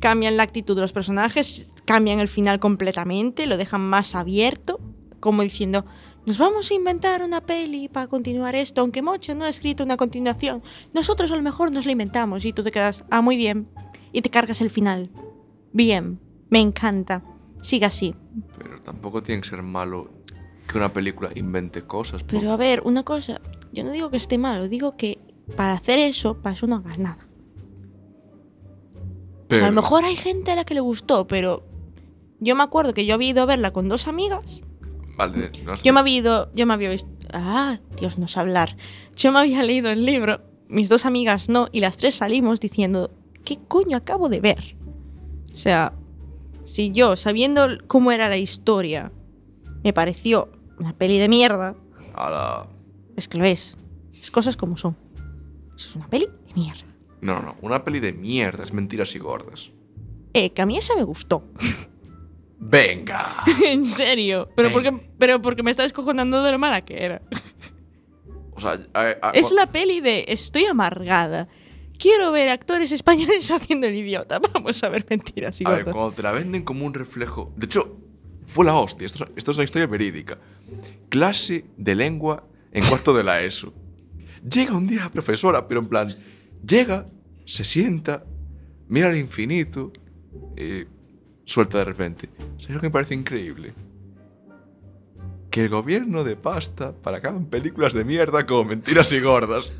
Speaker 1: cambian la actitud de los personajes, cambian el final completamente, lo dejan más abierto, como diciendo, nos vamos a inventar una peli para continuar esto, aunque Mocha no ha escrito una continuación, nosotros a lo mejor nos la inventamos y tú te quedas, ah, muy bien, y te cargas el final. Bien, me encanta, sigue así.
Speaker 2: Pero tampoco tiene que ser malo que una película invente cosas. ¿no?
Speaker 1: Pero a ver, una cosa, yo no digo que esté malo, digo que para hacer eso, para eso no hagas nada.
Speaker 2: Pero-
Speaker 1: A lo mejor hay gente a la que le gustó, pero yo me acuerdo que yo había ido a verla con dos amigas.
Speaker 2: Vale, no sé.
Speaker 1: Yo me había ido, yo me había visto, ah, Dios no sé hablar. Yo me había leído el libro, mis dos amigas no, y las tres salimos diciendo, ¿qué coño acabo de ver? O sea, si yo, sabiendo cómo era la historia, me pareció una peli de mierda,
Speaker 2: Ahora-
Speaker 1: Es que lo es. Las cosas como son. Eso es una peli de mierda.
Speaker 2: No, no, una peli de mierdas, mentiras y gordas.
Speaker 1: Eh, que a mí esa me gustó.
Speaker 2: Venga.
Speaker 1: (laughs) en serio. Pero porque, pero porque me estás cojonando de lo mala que era.
Speaker 2: O sea, a- a-
Speaker 1: Es la peli de estoy amargada. Quiero ver actores españoles (laughs) haciendo el idiota. Vamos a ver mentiras y
Speaker 2: A ver,
Speaker 1: gordas.
Speaker 2: cuando te la venden como un reflejo. De hecho, fue la hostia. Esto, es- esto es una historia verídica. Clase de lengua en cuarto de la ESO. Llega un día la profesora, pero en plan. Llega, se sienta, mira al infinito y suelta de repente. ¿Sabes lo que me parece increíble? Que el gobierno de pasta para que hagan películas de mierda como mentiras y gordas.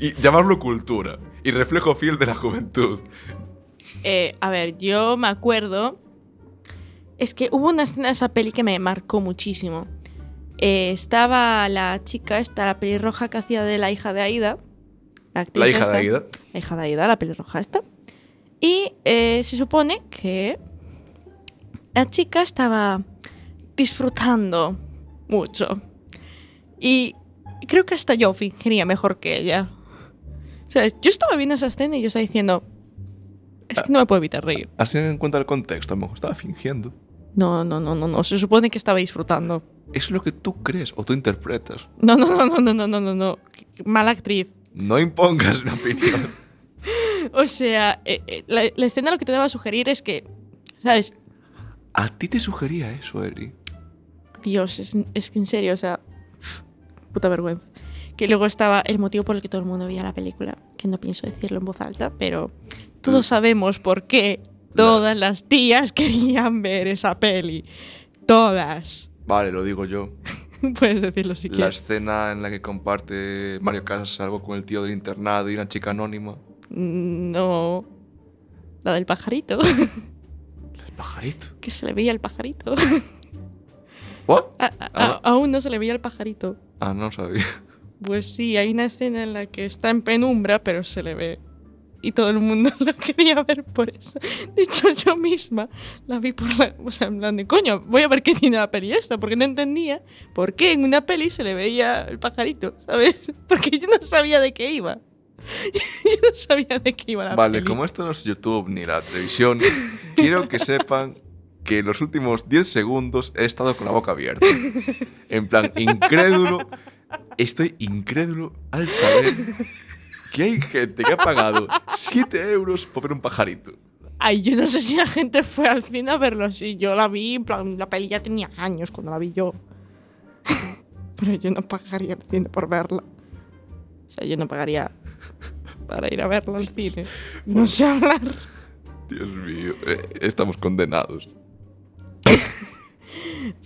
Speaker 2: Y llamarlo cultura y reflejo fiel de la juventud.
Speaker 1: Eh, a ver, yo me acuerdo. Es que hubo una escena de esa peli que me marcó muchísimo. Eh, estaba la chica esta, la pelirroja que hacía de la hija de Aida. La, actriz
Speaker 2: La hija
Speaker 1: esta.
Speaker 2: de Aida.
Speaker 1: la hija de Aida, la pelirroja esta. Y eh, se supone que la chica estaba disfrutando mucho. Y creo que hasta yo fingiría mejor que ella. ¿Sabes? Yo estaba viendo esa escena y yo estaba diciendo. Es que no me puedo evitar reír.
Speaker 2: Así en cuenta el contexto, a lo mejor estaba fingiendo.
Speaker 1: No, no, no, no, no. Se supone que estaba disfrutando.
Speaker 2: Es lo que tú crees o tú interpretas.
Speaker 1: No, no, no, no, no, no, no, no, no. Qué Mala actriz.
Speaker 2: No impongas una (laughs) opinión.
Speaker 1: O sea, eh, eh, la, la escena lo que te daba a sugerir es que. ¿Sabes?
Speaker 2: A ti te sugería eso, Eri.
Speaker 1: Dios, es, es que en serio, o sea, puta vergüenza. Que luego estaba el motivo por el que todo el mundo veía la película, que no pienso decirlo en voz alta, pero todos sabemos por qué todas las tías (laughs) querían ver esa peli. Todas. (laughs)
Speaker 2: Vale, lo digo (laughs) yo.
Speaker 1: Puedes decirlo si
Speaker 2: La
Speaker 1: quieres.
Speaker 2: escena en la que comparte Mario Casas algo con el tío del internado y una chica anónima.
Speaker 1: Mm, No. La del pajarito. (laughs)
Speaker 2: El pajarito.
Speaker 1: que se le veía el pajarito. (laughs)
Speaker 2: ¿What?
Speaker 1: A- a- a- aún no se le veía el pajarito.
Speaker 2: Ah, no sabía.
Speaker 1: Pues sí, hay una escena en la que está en penumbra, pero se le ve. Y todo el mundo (laughs) lo quería ver por eso. De hecho, yo misma la vi por la. O sea, en plan de coño, voy a ver qué tiene la peli esta, porque no entendía por qué en una peli se le veía el pajarito, ¿sabes? (laughs) Porque yo no sabía de qué iba. (laughs) Yo no sabía de qué iba la
Speaker 2: Vale,
Speaker 1: peli.
Speaker 2: como esto no es YouTube ni la televisión, quiero que sepan que en los últimos 10 segundos he estado con la boca abierta. En plan, incrédulo. Estoy incrédulo al saber que hay gente que ha pagado 7 euros por ver un pajarito.
Speaker 1: Ay, yo no sé si la gente fue al cine a verlo así. Yo la vi, en plan, la peli ya tenía años cuando la vi yo. (laughs) Pero yo no pagaría al cine por verla. O sea, yo no pagaría para ir a verla al cine. No sé hablar.
Speaker 2: Dios mío, eh, estamos condenados.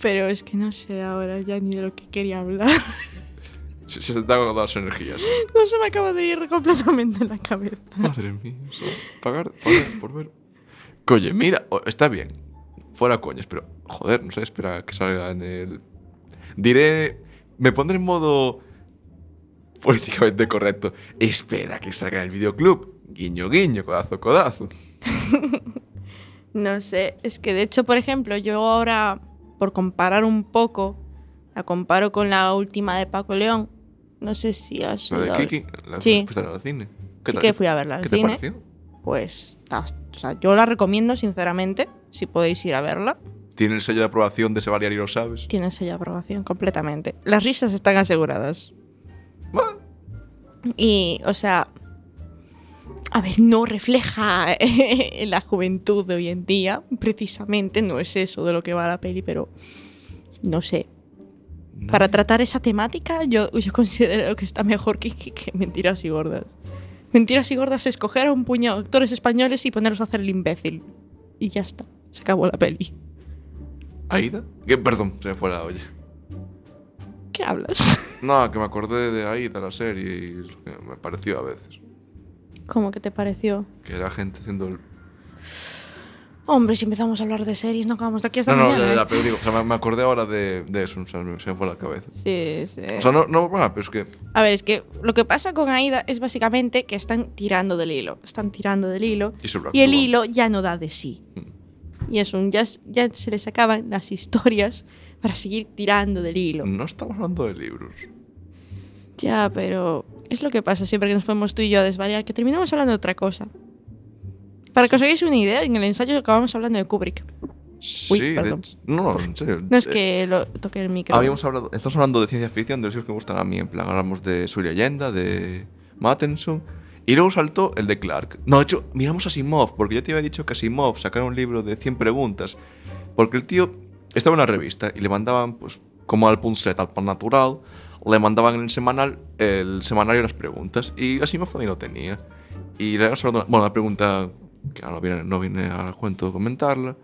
Speaker 1: Pero es que no sé ahora ya ni de lo que quería hablar. (laughs)
Speaker 2: Se, se te han agotado las energías.
Speaker 1: No se me acaba de ir completamente la cabeza.
Speaker 2: Madre mía, o sea, pagar, pagar por ver. Oye, mira, o- está bien. Fuera coñas, pero joder, no sé, espera a que salga en el. Diré. Me pondré en modo. políticamente correcto. Espera a que salga en el videoclub. Guiño, guiño, codazo, codazo.
Speaker 1: No sé, es que de hecho, por ejemplo, yo ahora, por comparar un poco, la comparo con la última de Paco León. No sé si has
Speaker 2: La de
Speaker 1: oído hablar.
Speaker 2: Kiki, la
Speaker 1: Sí.
Speaker 2: fuiste a ver al cine.
Speaker 1: Sí que fui a verla al
Speaker 2: ¿Qué te
Speaker 1: cine.
Speaker 2: pareció?
Speaker 1: Pues está- o sea, yo la recomiendo sinceramente, si podéis ir a verla.
Speaker 2: Tiene el sello de aprobación de ese variar y lo sabes.
Speaker 1: Tiene sello de aprobación completamente. Las risas están aseguradas.
Speaker 2: Ah,
Speaker 1: Y, o sea, a ver, no refleja (laughs) la juventud de hoy en día, precisamente, no es eso de lo que va la peli, pero no sé.
Speaker 2: no.
Speaker 1: Para tratar esa temática, yo, yo considero que está mejor que, que- que Mentiras y Gordas. Mentiras y Gordas es coger a un puñado de actores españoles y ponerlos a hacer el imbécil. Y ya está, se acabó la peli.
Speaker 2: ¿Aida? Que, perdón, se me fue la olla.
Speaker 1: ¿Qué hablas?
Speaker 2: No, que me acordé de ahí, de la serie, y es lo que me pareció a veces.
Speaker 1: ¿Cómo que te pareció?
Speaker 2: Que era gente haciendo el...
Speaker 1: Hombre, si empezamos a hablar de series, no acabamos de aquí hasta
Speaker 2: No, no,
Speaker 1: mañana.
Speaker 2: ya,
Speaker 1: ¿eh?
Speaker 2: ya, pero digo, o sea, me- me acordé ahora de, de eso, o sea, se me fue la cabeza.
Speaker 1: Sí, sí.
Speaker 2: O sea, no, no, bueno, pero es que...
Speaker 1: A ver, es que lo que pasa con Aida es básicamente que están tirando del hilo. Están tirando del hilo.
Speaker 2: Y, sobreactúa.
Speaker 1: Y el hilo ya no da de sí.
Speaker 2: Mm.
Speaker 1: Y es un. Ya, ya se les acaban las historias para seguir tirando del hilo.
Speaker 2: No estamos hablando de libros.
Speaker 1: Ya, pero es lo que pasa siempre que nos ponemos tú y yo a desvariar, que terminamos hablando de otra cosa. Para que os hagáis una idea, en el ensayo acabamos hablando de Kubrick. Uy,
Speaker 2: sí, de,
Speaker 1: perdón.
Speaker 2: no, no, en serio.
Speaker 1: No es
Speaker 2: Eh,
Speaker 1: que lo toque el micro.
Speaker 2: habíamos hablado, estamos hablando de ciencia ficción, de los libros que me gustan a mí, en plan, hablamos de su leyenda, de Mattenson, y luego saltó el de Clark. No, de hecho, miramos a Asimov, porque yo te había dicho que Asimov sacara un libro de 100 preguntas, porque el tío estaba en una revista y le mandaban, pues, como al Punset, al Pan Natural, le mandaban en el semanal, el semanario las preguntas, y Asimov también lo tenía. Y le habíamos hablado, bueno, la pregunta, que ahora viene- no viene al cuento comentarla,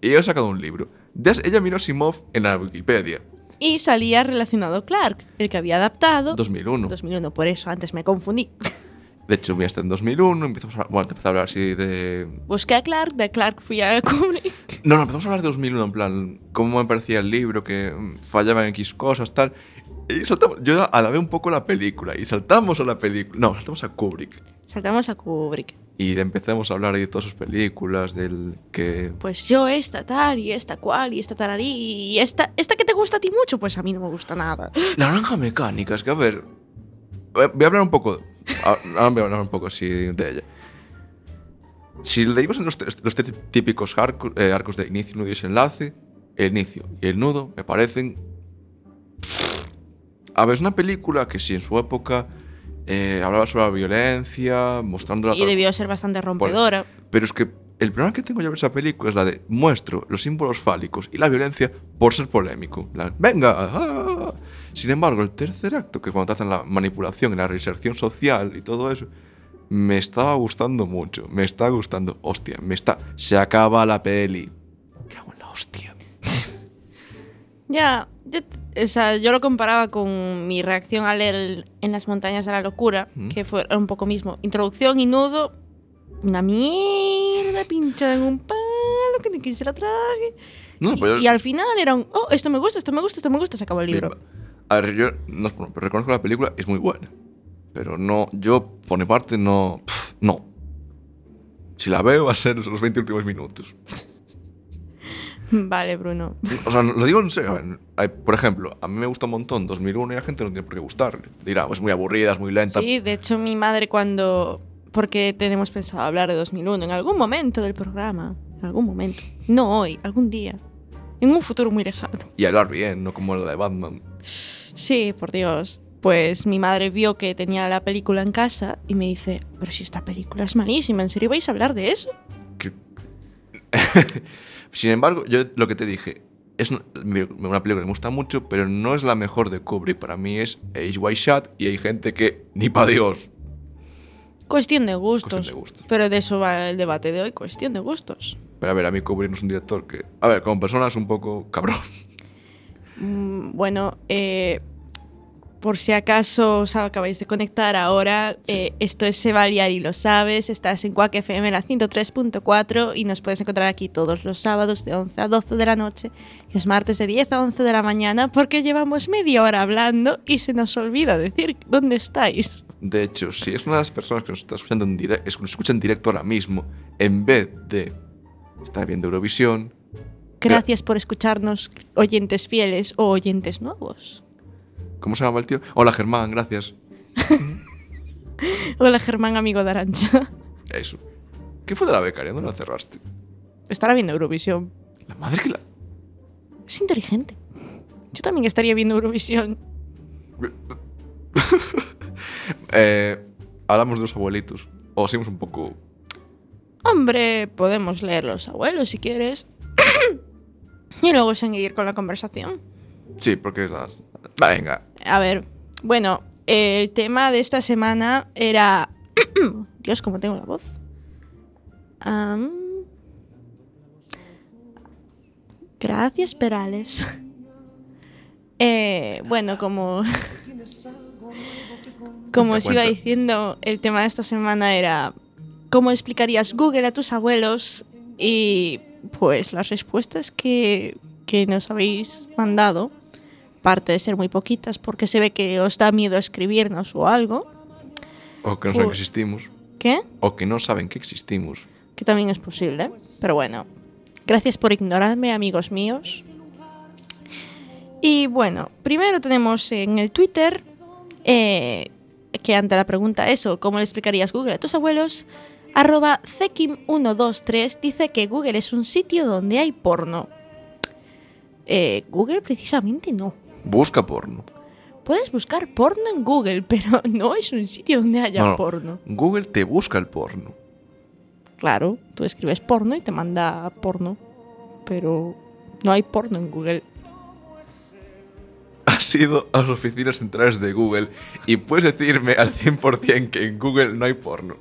Speaker 2: y ella ha sacado un libro. De- Ella miró a Asimov en la Wikipedia.
Speaker 1: Y salía relacionado Clark, el que había adaptado.
Speaker 2: 2001.
Speaker 1: 2001, por eso, antes me confundí.
Speaker 2: De hecho, vi hasta en 2001, empezamos a, bueno, te empecé a hablar así de...
Speaker 1: Busqué a Clark, de Clark fui a (laughs) Kubrick.
Speaker 2: No, no, empezamos a hablar de 2001, en plan, cómo me parecía el libro, que mm, fallaba en X cosas, tal. Y saltamos, yo alabé un poco la película, y saltamos a la película, no, saltamos a Kubrick.
Speaker 1: Saltamos a Kubrick.
Speaker 2: Y empezamos a hablar de todas sus películas, del que...
Speaker 1: Pues yo esta tal y esta cual y esta tararí y esta, esta que te gusta a ti mucho, pues a mí no me gusta nada.
Speaker 2: La naranja mecánica, es que a ver... eh, Voy a hablar un poco... a- Ahora voy a hablar un poco así de ella. Si leímos en los, tres- los tres típicos arco- eh, arcos de inicio, nudo y desenlace, el inicio y el nudo me parecen... A ver, es una película que sí, en su época eh, hablaba sobre la violencia, mostrando la
Speaker 1: Y debió ser bastante rompedora.
Speaker 2: Pero es que el problema que tengo yo con esa película es la de muestro los símbolos fálicos y la violencia por ser polémico. La- Venga. ah". Sin embargo, el tercer acto, que es cuando tratan la manipulación y la reinserción social y todo eso, me estaba gustando mucho. Me está gustando. Hostia, me está. Se acaba la peli. ¿Qué hago en la hostia?
Speaker 1: Ya, yo, t- o sea, yo lo comparaba con mi reacción al leer el- En las montañas de la locura,
Speaker 2: Mm.
Speaker 1: que fue era un poco mismo. Introducción y nudo, una mierda pinchada en un palo que ni quisiera trague.
Speaker 2: No,
Speaker 1: y,
Speaker 2: pero yo-
Speaker 1: y al final era un, oh, esto me gusta, esto me gusta, esto me gusta, se acabó el libro.
Speaker 2: A ver, yo no es por- pero reconozco la película, es muy buena. Pero no, yo, por mi parte, no. pf, no. Si la veo, va a ser los 20 últimos minutos.
Speaker 1: Vale, Bruno.
Speaker 2: O sea, lo digo en serio. a ver, hay- por ejemplo, a mí me gusta un montón 2001 y a la gente no tiene por qué gustarle. Dirá, "Oh, es muy aburrida, es muy lenta.
Speaker 1: Sí, de hecho mi madre cuando... Porque tenemos pensado hablar de 2001 en algún momento del programa. En algún momento. No hoy, algún día. En un futuro muy lejano.
Speaker 2: Y hablar bien, no como la de Batman.
Speaker 1: Sí, por Dios. Pues mi madre vio que tenía la película en casa y me dice, pero si esta película es malísima, ¿en serio vais a hablar de eso?
Speaker 2: Que- (laughs) Sin embargo, yo lo que te dije, es una, mi- una película que me gusta mucho, pero no es la mejor de Kubrick. Para mí es H. White Shot y hay gente que, ni pa' Dios.
Speaker 1: Cuestión de gustos.
Speaker 2: Cuestión de gustos.
Speaker 1: Pero de eso va el debate de hoy, cuestión de gustos.
Speaker 2: Pero a ver, a mí Kubrick no es un director que. A ver, como persona es un poco cabrón.
Speaker 1: Mm, bueno, eh, por si acaso os acabáis de conectar ahora, eh, esto es Se va a liar y lo sabes, estás en Quack FM en la 103.4 y nos puedes encontrar aquí todos los sábados de 11 a 12 de la noche y los martes de 10 a 11 de la mañana porque llevamos media hora hablando y se nos olvida decir dónde estáis.
Speaker 2: De hecho, si es una de las personas que nos está escuchando en directo, es que nos escucha en directo ahora mismo, en vez de estar viendo Eurovisión,
Speaker 1: Gracias por escucharnos, oyentes fieles o oyentes nuevos.
Speaker 2: ¿cómo se llama el tío? Hola Germán, gracias.
Speaker 1: Hola Germán, amigo de Arancha.
Speaker 2: Eso. ¿Qué fue de la becaria? ¿Dónde la cerraste?
Speaker 1: Estará viendo Eurovisión.
Speaker 2: La madre que la. (laughs)
Speaker 1: Es inteligente. Yo también estaría viendo Eurovisión.
Speaker 2: Eh, hablamos de los abuelitos. O seguimos un poco.
Speaker 1: Hombre, podemos leer los abuelos si quieres. (clears throat) y luego seguir con la conversación.
Speaker 2: Sí, porque las. Venga.
Speaker 1: A ver, bueno, el tema de esta semana era... (clears throat) Dios, cómo tengo la voz. Am. Gracias, Perales. (laughs) Eh, bueno, como... (laughs) como
Speaker 2: Cuenta,
Speaker 1: os iba
Speaker 2: cuenta.
Speaker 1: diciendo, el tema de esta semana era... ¿Cómo explicarías Google a tus abuelos? Y pues las respuestas que, que nos habéis mandado, aparte de ser muy poquitas, porque se ve que os da miedo escribirnos o algo.
Speaker 2: O que no saben
Speaker 1: Fu-
Speaker 2: que existimos.
Speaker 1: ¿Qué?
Speaker 2: O que no saben que existimos.
Speaker 1: Que también es posible. Pero bueno, gracias por ignorarme, amigos míos. Y bueno, primero tenemos en el Twitter eh, que ante la pregunta eso, ¿cómo le explicarías Google a tus abuelos? Arroba Zekim123 dice que Google es un sitio donde hay porno. Eh, Google precisamente no.
Speaker 2: Busca porno.
Speaker 1: Puedes buscar porno en Google, (laughs) pero no es un sitio donde haya
Speaker 2: No, no.
Speaker 1: porno.
Speaker 2: Google te busca el porno.
Speaker 1: Claro, tú escribes porno y te manda porno, pero no hay porno en Google.
Speaker 2: Has ido a las oficinas centrales de Google y puedes decirme al 100% que en Google no hay porno.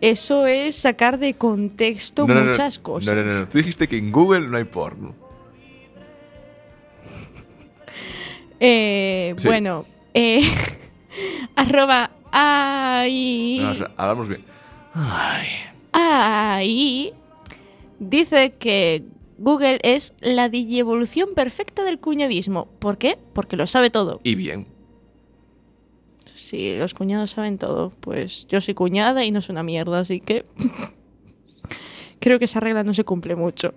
Speaker 1: Eso es sacar de contexto
Speaker 2: No, no, no,
Speaker 1: muchas
Speaker 2: no,
Speaker 1: cosas.
Speaker 2: No, no, no. Tú dijiste que en Google no hay porno.
Speaker 1: Eh,
Speaker 2: Sí.
Speaker 1: Bueno, eh, (laughs) arroba ahí,
Speaker 2: No, o sea, hablamos bien.
Speaker 1: ahí, dice que Google es la digievolución perfecta del cuñadismo. ¿Por qué? Porque lo sabe todo.
Speaker 2: Y bien.
Speaker 1: Si los cuñados saben todo, pues yo soy cuñada y no soy una mierda, así que (laughs) creo que esa regla no se cumple mucho.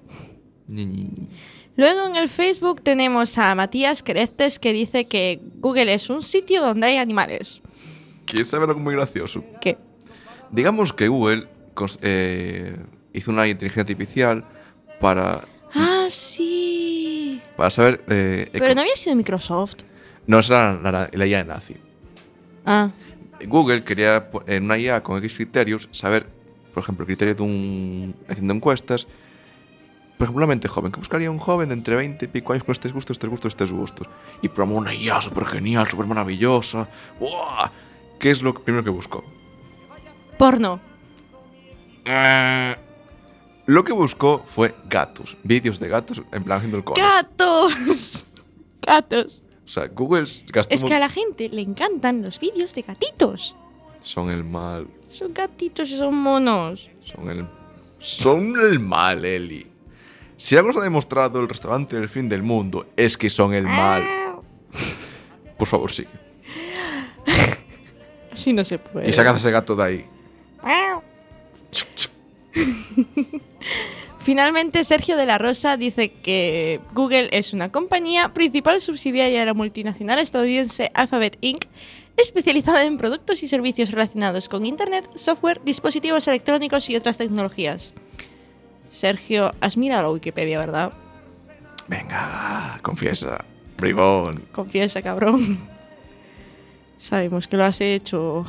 Speaker 1: Luego en el Facebook tenemos a Matías Crestes que dice que Google es un sitio donde hay animales.
Speaker 2: ¿Quieres saber algo muy gracioso?
Speaker 1: ¿Qué?
Speaker 2: Digamos que Google cons- eh, hizo una inteligencia artificial para,
Speaker 1: Ah, sí.
Speaker 2: para saber... eh,
Speaker 1: Pero
Speaker 2: eco-
Speaker 1: no había sido Microsoft.
Speaker 2: No, esa era la, la- la IA nazi.
Speaker 1: Ah,
Speaker 2: Google quería, po- en una IA con X criterios, saber, por ejemplo, el criterio de un... haciendo encuestas, por ejemplo, una mente joven. ¿Qué buscaría un joven de entre 20 y pico años con estos gustos, estos gustos, estos gustos? Y programó una IA súper genial, súper maravillosa. ¡Buah! ¿Qué es lo que- primero que buscó?
Speaker 1: porno.
Speaker 2: Eh, Lo que buscó fue gatos, vídeos de gatos en plan haciendo el cono. (laughs)
Speaker 1: ¡Gatos! ¡Gatos!
Speaker 2: O sea, Google s- gastó
Speaker 1: Es
Speaker 2: un
Speaker 1: que a la gente le encantan los vídeos de gatitos.
Speaker 2: mon- son el mal,
Speaker 1: Son gatitos y son monos.
Speaker 2: son el son el mal, Eli. Si algo nos ha demostrado el restaurante del fin del mundo es que son el mal. Por favor, sigue.
Speaker 1: Así no se puede.
Speaker 2: Y sacad a ese gato de ahí. Chuc, chuc.
Speaker 1: Finalmente, Sergio de la Rosa dice que Google es una compañía principal subsidiaria de la multinacional estadounidense Alphabet Inc., especializada en productos y servicios relacionados con Internet, software, dispositivos electrónicos y otras tecnologías. Sergio, has mirado la Wikipedia, ¿verdad?
Speaker 2: Venga, confiesa. Bribón.
Speaker 1: Confiesa, cabrón. (laughs) Sabemos que lo has hecho,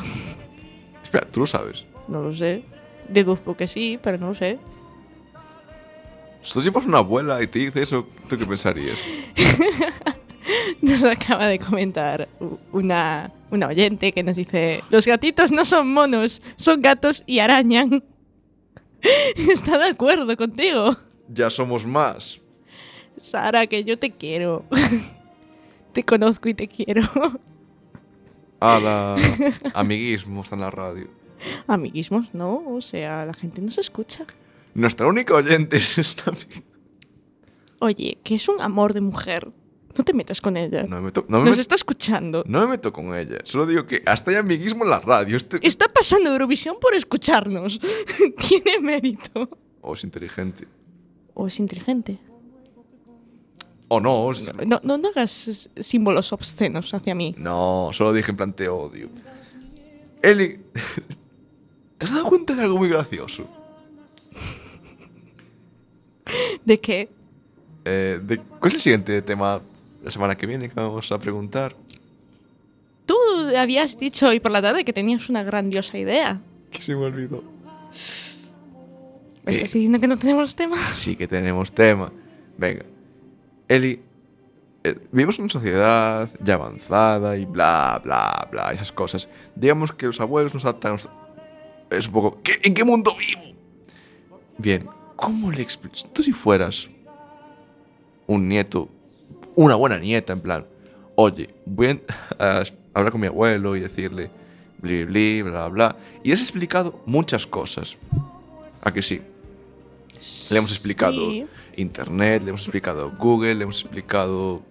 Speaker 2: Espera, tú lo sabes.
Speaker 1: no lo sé. Deduzco que sí, pero no lo sé.
Speaker 2: Si tú llevas una abuela y te dice eso, ¿tú qué pensarías?
Speaker 1: Nos acaba de comentar u- una, una oyente que nos dice, los gatitos no son monos, son gatos y arañan. (laughs) Está de acuerdo contigo,
Speaker 2: Ya somos más.
Speaker 1: Sara, que yo te quiero. (laughs) Te conozco y te quiero. (laughs)
Speaker 2: Ala, amiguismo está en la radio.
Speaker 1: Amiguismos, no, o sea, la gente nos escucha.
Speaker 2: Nuestra única oyente es esta amiga.
Speaker 1: Oye, que es un amor de mujer. No te metas con ella.
Speaker 2: No me, meto, no, me
Speaker 1: Nos
Speaker 2: met-
Speaker 1: está escuchando.
Speaker 2: no me meto con ella. Solo digo que hasta hay amiguismo en la radio. Este...
Speaker 1: Está pasando Eurovisión por escucharnos. (laughs) Tiene mérito.
Speaker 2: O Oh, es inteligente.
Speaker 1: O es inteligente.
Speaker 2: O no. es-
Speaker 1: No, no, no hagas s- símbolos obscenos hacia mí.
Speaker 2: No, solo dije en plan te odio. Eli, (laughs) ¿te has dado cuenta de algo muy gracioso?
Speaker 1: ¿De qué?
Speaker 2: Eh, de- ¿Cuál es el siguiente tema la semana que viene que vamos a preguntar?
Speaker 1: Tú habías dicho hoy por la tarde que tenías una grandiosa idea.
Speaker 2: Que se me olvidó.
Speaker 1: ¿Me estás
Speaker 2: Eh.
Speaker 1: diciendo que no tenemos tema? (laughs)
Speaker 2: Sí que tenemos tema. Venga. Eli, eh, vivimos en una sociedad ya avanzada y bla, bla, bla, esas cosas. Digamos que los abuelos nos adaptan... nos- Es un poco... ¿qué- ¿En qué mundo vivo? Bien, ¿cómo le explicas? Tú si fueras un nieto, una buena nieta, en plan, oye, voy a en- (laughs) a hablar con mi abuelo y decirle bli, bli, bla, bla, y has explicado muchas cosas. ¿A que sí? Le hemos explicado
Speaker 1: Sí.
Speaker 2: Internet, le hemos explicado Google, le hemos explicado.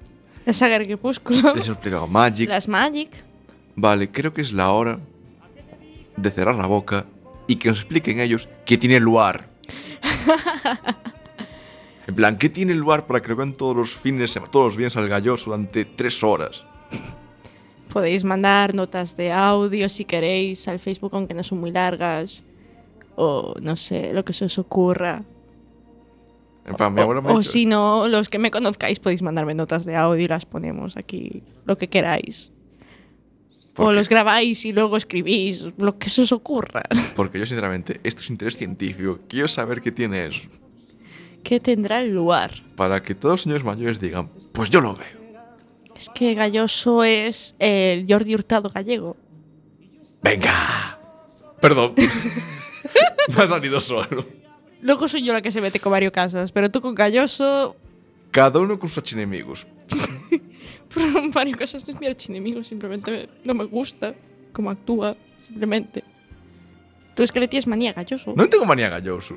Speaker 1: La saga del crepúsculo.
Speaker 2: (laughs) Le hemos explicado Magic.
Speaker 1: Las Magic.
Speaker 2: Vale, creo que es la hora de cerrar la boca y que nos expliquen ellos qué tiene lugar. en plan, ¿qué tiene lugar para que lo vean todos los fines, de semana- todos los viernes al galloso durante tres horas?
Speaker 1: Podéis mandar notas de audio si queréis al Facebook, aunque no son muy largas. O no sé, lo que se os ocurra.
Speaker 2: En plan, mi abuela me ha
Speaker 1: o
Speaker 2: dicho
Speaker 1: si no, los que me conozcáis podéis mandarme notas de audio y las ponemos aquí, lo que queráis.
Speaker 2: esto,
Speaker 1: O
Speaker 2: porque,
Speaker 1: los grabáis y luego escribís, lo que se os ocurra.
Speaker 2: porque yo, sinceramente, esto es interés científico. Quiero saber qué tiene eso.
Speaker 1: ¿Qué tendrá el lugar?
Speaker 2: Para que todos los señores mayores digan, pues yo lo veo.
Speaker 1: Es que Galloso es el Jordi Hurtado gallego.
Speaker 2: ¡Venga! Perdón. (laughs) me ha salido solo.
Speaker 1: Luego soy yo la que se mete con Mario Casas, pero tú con Galloso. (laughs)
Speaker 2: Cada uno con sus archienemigos.
Speaker 1: Mario Casas no es mi archienemigo, simplemente no me gusta cómo actúa, simplemente. Tú es que le tienes manía a Galloso.
Speaker 2: No tengo manía galloso.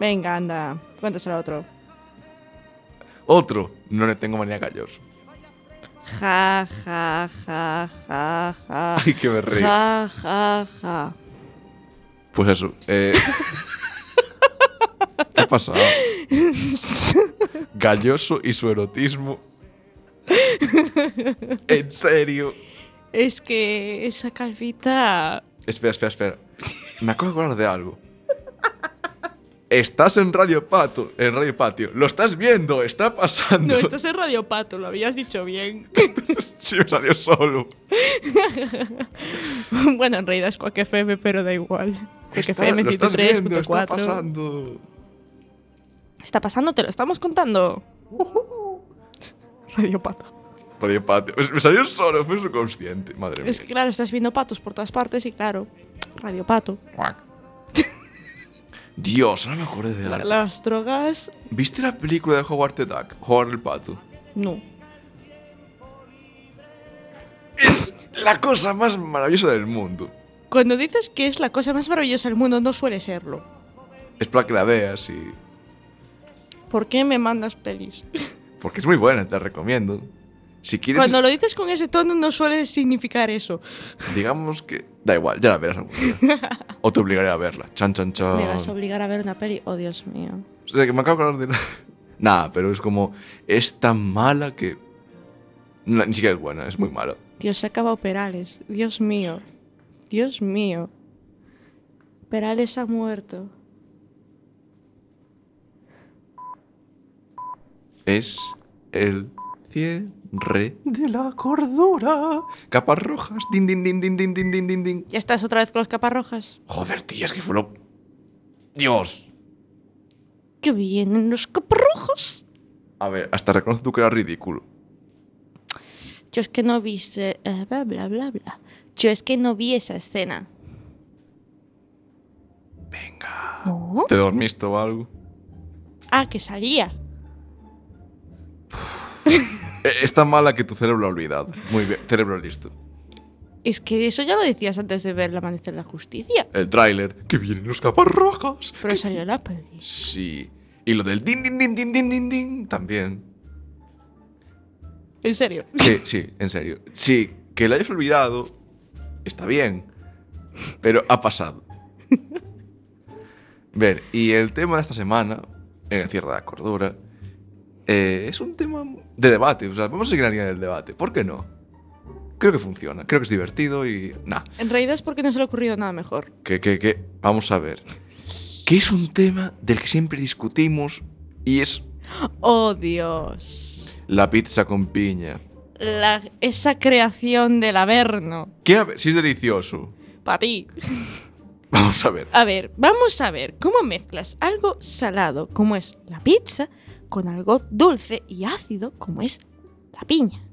Speaker 1: Venga, anda, cuéntaselo a otro.
Speaker 2: Otro, no le tengo manía galloso.
Speaker 1: Ja, ja, ja, ja, ja.
Speaker 2: Ay, que me río.
Speaker 1: Ja, ja, ja.
Speaker 2: Pues eso.
Speaker 1: (laughs)
Speaker 2: eh. ¿Qué ha pasado? Galloso y su erotismo. En serio.
Speaker 1: Es que esa calvita.
Speaker 2: Espera, espera, espera. Me acabo de acordar de algo. Estás en Radio Pato, en Radio Patio. Lo estás viendo, está pasando.
Speaker 1: No, estás en Radio Pato, lo habías dicho bien.
Speaker 2: Sí, me salió solo.
Speaker 1: (laughs) bueno, en realidad es Quack FM, pero da igual. Quack
Speaker 2: Está-
Speaker 1: FM
Speaker 2: lo estás viendo, está
Speaker 1: 103.4.
Speaker 2: pasando.
Speaker 1: Está pasando, te lo estamos contando. Radio Pato.
Speaker 2: Radio Patio. Me- Me salió solo, fue subconsciente. Madre mía.
Speaker 1: Es que claro, estás viendo patos por todas partes y claro, Radio Pato.
Speaker 2: Cuac. Dios, no me acuerdo de la...
Speaker 1: Las drogas,
Speaker 2: ¿Viste la película de Howard the Duck? Howard el Pato.
Speaker 1: no.
Speaker 2: Es la cosa más maravillosa del mundo.
Speaker 1: Cuando dices que es la cosa más maravillosa del mundo, no suele serlo.
Speaker 2: Es para que la veas y...
Speaker 1: ¿Por qué me mandas pelis?
Speaker 2: Porque es muy buena, te la recomiendo. Si quieres,
Speaker 1: Cuando lo dices con ese tono, no suele significar eso.
Speaker 2: digamos que... Da igual, ya la verás algún
Speaker 1: (laughs)
Speaker 2: día. o te obligaré a verla. Chan, chan, chan.
Speaker 1: Me vas a obligar a ver una peli. Oh, Dios mío.
Speaker 2: O sea, que me acabo de acordar de... (laughs) Nada, pero es como... Es tan mala que... No, ni siquiera es buena, es muy mala.
Speaker 1: Dios, se acaba Perales. Dios mío. Dios mío. Perales ha muerto.
Speaker 2: Es el cierre de la cordura. Capas rojas. Din, din, din, din, din, din, din, din, din.
Speaker 1: ¿Ya estás otra vez con los caparrojas?
Speaker 2: Joder, tío, es que fue lo... Dios.
Speaker 1: ¡Que vienen los caparrojas!
Speaker 2: A ver, hasta reconoces tú que era ridículo.
Speaker 1: Yo es que no vi... ese- eh, bla, bla, bla, bla. Yo es que no vi esa escena. Venga. ¿No?
Speaker 2: ¿Te dormiste o algo?
Speaker 1: Ah, que salía.
Speaker 2: Eh, Es tan mala que tu cerebro lo ha olvidado. Muy bien, cerebro listo.
Speaker 1: Es que eso ya lo decías antes de ver El Amanecer de la Justicia.
Speaker 2: El tráiler. ¡Que vienen los capas rojas!
Speaker 1: Pero salió en la peli.
Speaker 2: Sí. Y lo del din, din, din, din, din, din, din. También.
Speaker 1: En serio.
Speaker 2: Sí, sí, en serio. Sí, que lo hayas olvidado está bien, pero ha pasado. Ver, y el tema de esta semana, en el cierre de la cordura, eh, es un tema de debate. O sea, vamos a seguir la línea del debate. ¿Por qué no? Creo que funciona, creo que es divertido y. Nah,
Speaker 1: En realidad es porque no se le ha ocurrido nada mejor.
Speaker 2: que, que, que. Vamos a ver. Que es un tema del que siempre discutimos y es
Speaker 1: Oh, Dios.
Speaker 2: la pizza con piña.
Speaker 1: La- esa creación del Averno.
Speaker 2: Que a ver, si es delicioso. (laughs)
Speaker 1: Para ti.
Speaker 2: Vamos a ver.
Speaker 1: A ver, vamos a ver cómo mezclas algo salado, como es la pizza, con algo dulce y ácido, como es la piña.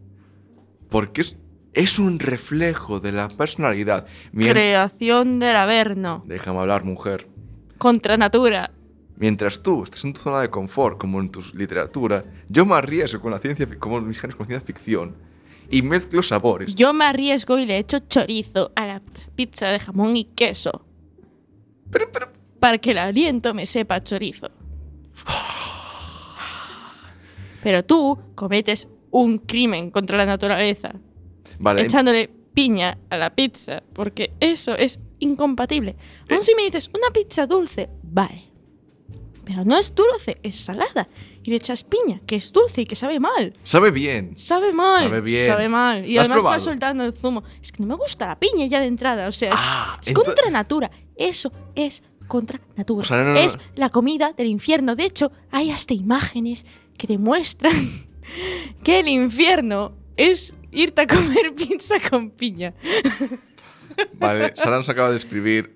Speaker 2: Porque es, es un reflejo de la personalidad. Mien-
Speaker 1: Creación del Averno.
Speaker 2: Déjame hablar, mujer.
Speaker 1: Contra natura.
Speaker 2: Mientras tú estás en tu zona de confort, como en tu literatura, yo me arriesgo con la ciencia, fi- como mis géneros con ciencia ficción, y mezclo sabores.
Speaker 1: Yo me arriesgo y le echo chorizo a la pizza de jamón y queso.
Speaker 2: Pero, pero,
Speaker 1: para que el aliento me sepa a chorizo. Pero tú cometes un crimen contra la naturaleza,
Speaker 2: vale,
Speaker 1: echándole piña a la pizza, porque eso es incompatible. Aún si me dices una pizza dulce, vale. Pero no es dulce, es salada. Y le echas piña, que es dulce y que sabe mal.
Speaker 2: sabe bien.
Speaker 1: Sabe mal.
Speaker 2: Sabe bien.
Speaker 1: mal. Y
Speaker 2: ¿Lo has
Speaker 1: además va
Speaker 2: probado?
Speaker 1: soltando el zumo. Es que no me gusta la piña ya de entrada. O sea, es-
Speaker 2: Ah,
Speaker 1: es,
Speaker 2: ento-
Speaker 1: contra natura. Eso es contra natura.
Speaker 2: O sea, no, no, no.
Speaker 1: Es la comida del infierno. De hecho, hay hasta imágenes que demuestran (laughs) que el infierno es irte a comer (laughs) pizza con piña.
Speaker 2: Vale, Sara nos acaba de escribir.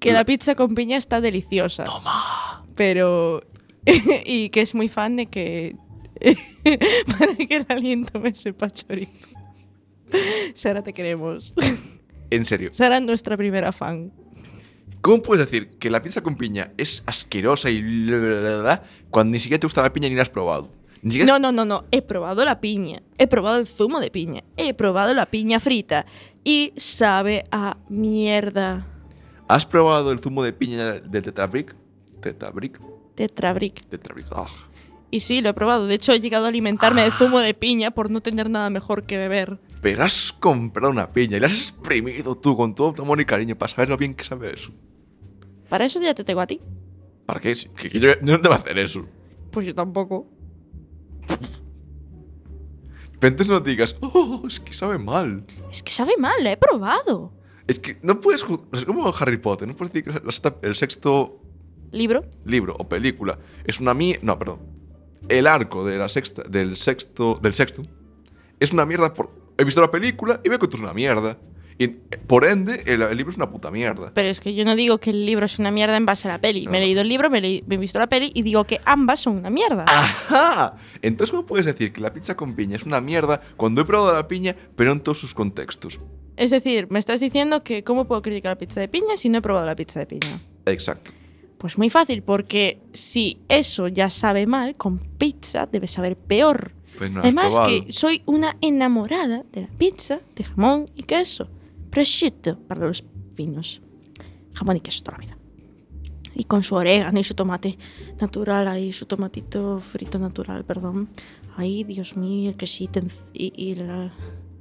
Speaker 1: Que la
Speaker 2: La-
Speaker 1: pizza con piña está deliciosa. Toma. Pero... (laughs) y que es muy fan de que... (laughs) para que el aliento me sepa a chorizo. (laughs) Sara, te queremos.
Speaker 2: En serio,
Speaker 1: Sara, nuestra primera fan.
Speaker 2: ¿cómo puedes decir que la pizza con piña es asquerosa y bla, bla, bla, bla, cuando ni siquiera te gusta la piña ni la has probado? Ni siquiera
Speaker 1: No, no, no, no. He probado la piña. He probado el zumo de piña. He probado la piña frita. Y sabe a mierda.
Speaker 2: ¿Has probado el zumo de piña del Tetrabric? Tetrabric,
Speaker 1: Tetrabric.
Speaker 2: Tetrabric. ah.
Speaker 1: Y sí, lo he probado. De hecho, he llegado a alimentarme de zumo de piña por no tener nada mejor que beber.
Speaker 2: Pero has comprado una piña y la has exprimido tú con todo tu amor y cariño para saber lo bien que sabe eso.
Speaker 1: Para eso ya te tengo a ti.
Speaker 2: ¿Para qué? Si- Que que yo, yo no te voy a hacer eso.
Speaker 1: Pues yo tampoco.
Speaker 2: Pero entonces no digas, oh, es que sabe mal.
Speaker 1: Es que sabe mal, lo he probado.
Speaker 2: Es que no puedes. ju- Es como Harry Potter, no puedes decir que la sexta- el sexto
Speaker 1: Libro.
Speaker 2: libro o película es una mierda. No, perdón. El arco de la sexta, del sexto. Del sexto es una mierda. Por, he visto la película y veo que tú es una mierda. Y eh, por ende, el, el libro es una puta mierda.
Speaker 1: Pero es que yo no digo que el libro es una mierda en base a la peli. Me he
Speaker 2: No.
Speaker 1: leído el libro, me, leí- me he visto la peli y digo que ambas son una mierda.
Speaker 2: ¡Ajá! Entonces, ¿cómo puedes decir que la pizza con piña es una mierda cuando he probado la piña, pero en todos sus contextos?
Speaker 1: Es decir, me estás diciendo que cómo puedo criticar la pizza de piña si no he probado la pizza de piña.
Speaker 2: Exacto.
Speaker 1: Pues muy fácil, porque si eso ya sabe mal, con pizza debe saber peor.
Speaker 2: Pues no, lo has
Speaker 1: Además
Speaker 2: probado.
Speaker 1: que soy una enamorada de la pizza de jamón y queso. Prosciutto para los finos. Jamón y queso toda la vida. Y con su orégano y su tomate natural ahí, su tomatito frito natural, perdón. Ay, Dios mío, y el quesito en- y, y la-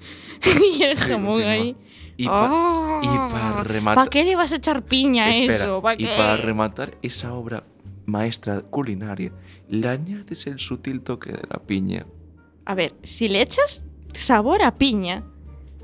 Speaker 1: (laughs) y el
Speaker 2: Sí,
Speaker 1: jamón
Speaker 2: continúa.
Speaker 1: ahí.
Speaker 2: Y pa- y
Speaker 1: Ah,
Speaker 2: pa' rematar-
Speaker 1: ¿Para qué le vas a echar piña a
Speaker 2: Espera,
Speaker 1: eso? ¿Para
Speaker 2: y
Speaker 1: qué?
Speaker 2: para rematar esa obra maestra culinaria, le añades el sutil toque de la piña.
Speaker 1: A ver, si le echas sabor a piña,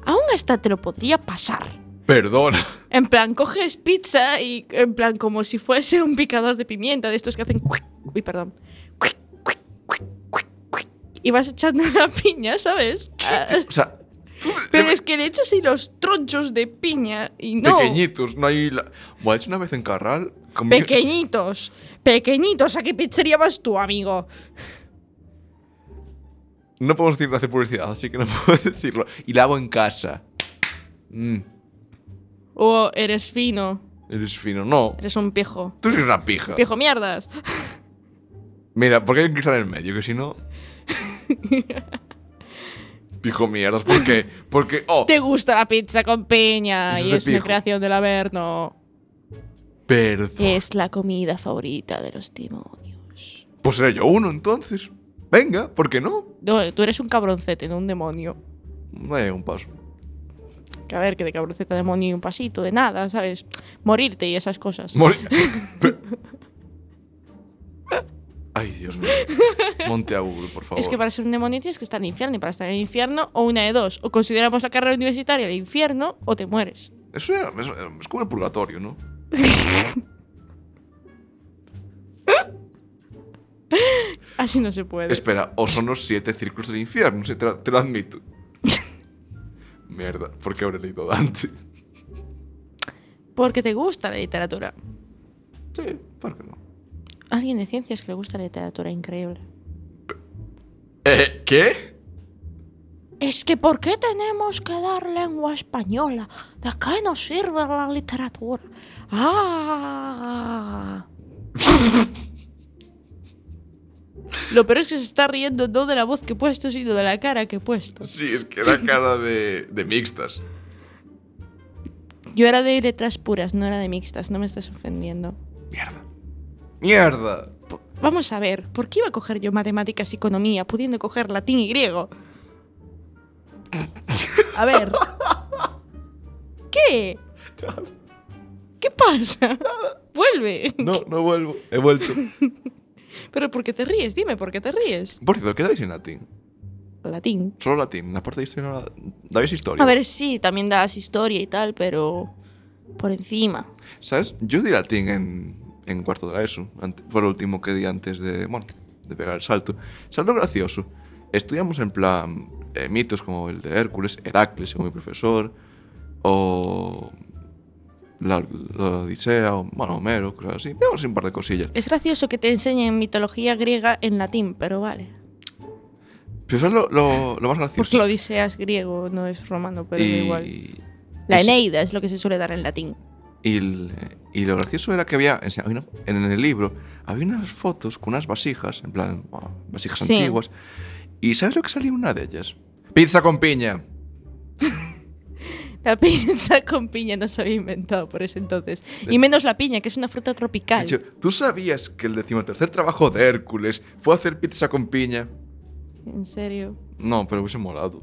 Speaker 1: aún hasta te lo podría pasar.
Speaker 2: Perdona.
Speaker 1: En plan, coges pizza y en plan como si fuese un picador de pimienta de estos que hacen... cuic, Uy, perdón. cuic, cuic, cuic, cuic, cuic, Y vas echando la piña, ¿sabes? Ah,
Speaker 2: O sea, tú eh,
Speaker 1: Pero
Speaker 2: le-
Speaker 1: es que le echas ahí los tronchos de piña y no...
Speaker 2: pequeñitos, no hay... La... Buah, es una vez en Carral... comí-
Speaker 1: Pequeñitos. Pequeñitos. ¿A qué pizzería vas tú, amigo?
Speaker 2: No podemos decir hace publicidad, así que no (laughs) puedo decirlo. Y la hago en casa. Mm,
Speaker 1: O eres fino.
Speaker 2: eres fino, no.
Speaker 1: Eres un pijo.
Speaker 2: Tú eres una pija.
Speaker 1: Pijo mierdas.
Speaker 2: Mira, porque hay un cristal en el medio, que si (laughs) no... Pijo mierdas, ¿por qué? Porque, oh,
Speaker 1: Te gusta la pizza con piña
Speaker 2: Eso es
Speaker 1: y
Speaker 2: de
Speaker 1: es una
Speaker 2: pijo.
Speaker 1: creación del Averno.
Speaker 2: perdón.
Speaker 1: Es la comida favorita de los demonios.
Speaker 2: Pues seré yo uno entonces. Venga, ¿por qué no?
Speaker 1: No, tú eres un cabroncete, no un demonio.
Speaker 2: Eh, un paso.
Speaker 1: Que a ver, que de cabroncete a demonio y un pasito, de nada, ¿sabes? Morirte y esas cosas.
Speaker 2: Mori- (laughs) Pe- Ay, Dios mío. Monte a Google, por favor.
Speaker 1: es que para ser un demonio tienes que estar en el infierno. Y para estar en el infierno, o una de dos. O consideramos la carrera universitaria el infierno, o te mueres.
Speaker 2: Eso era- es, es como el purgatorio, ¿no?
Speaker 1: Así no se puede.
Speaker 2: Espera, o son los siete círculos del infierno, sí, te, lo- te lo (laughs) admito. Mierda, ¿por qué habré leído Dante?
Speaker 1: Porque te gusta la literatura.
Speaker 2: Sí, ¿por qué no?
Speaker 1: Alguien de ciencias que le gusta la literatura, increíble.
Speaker 2: Eh, ¿Qué?
Speaker 1: Es que ¿por qué tenemos que dar lengua española? ¿De qué nos sirve la literatura? ¡Ah! Lo peor es que se está riendo no de la voz que he puesto, sino de la cara que he puesto.
Speaker 2: Sí, es que da cara de, de mixtas.
Speaker 1: Yo era de letras puras, no era de mixtas, no me estás ofendiendo.
Speaker 2: Mierda. ¡Mierda!
Speaker 1: Vamos a ver, ¿por qué iba a coger yo matemáticas y economía pudiendo coger latín y griego? A ver. ¿Qué? ¿Qué pasa? Vuelve.
Speaker 2: No, no vuelvo. He vuelto.
Speaker 1: Pero ¿por qué te ríes? Dime, ¿por qué te ríes?
Speaker 2: Por cierto, ¿qué dais en latín?
Speaker 1: Latín.
Speaker 2: Solo latín. La parte de historia no la... ¿Dais historia?
Speaker 1: A ver, sí, también das historia y tal, pero por encima.
Speaker 2: ¿Sabes? Yo di latín en, en cuarto de la ESO. ante- fue lo último que di antes de, bueno, de pegar el salto. Salto gracioso. Estudiamos en plan eh, mitos como el de Hércules, Heracles, según mi profesor, o la, la Odisea, o bueno, Homero, cosas así. Veamos un par de cosillas.
Speaker 1: Es gracioso que te enseñen mitología griega en latín, pero vale.
Speaker 2: Pero ¿sabes Pues lo, lo- lo más gracioso?
Speaker 1: Porque Pues lo Odiseas griego, no es romano, pero da igual.
Speaker 2: Y-
Speaker 1: La
Speaker 2: es-
Speaker 1: Eneida es lo que se suele dar en latín.
Speaker 2: Y, el- y lo gracioso era que había, o sea, había una- en el libro, había unas fotos con unas vasijas, en plan, bueno, vasijas
Speaker 1: Sí.
Speaker 2: antiguas. ¿Y sabes lo que salía en una de ellas? Pizza con piña.
Speaker 1: La pizza con piña (laughs) no se había inventado por ese entonces. Y menos la piña, que es una fruta
Speaker 2: De
Speaker 1: tropical.
Speaker 2: hecho, ¿tú sabías que el decimotercer trabajo de Hércules fue hacer pizza con piña?
Speaker 1: En serio.
Speaker 2: No, pero hubiese molado.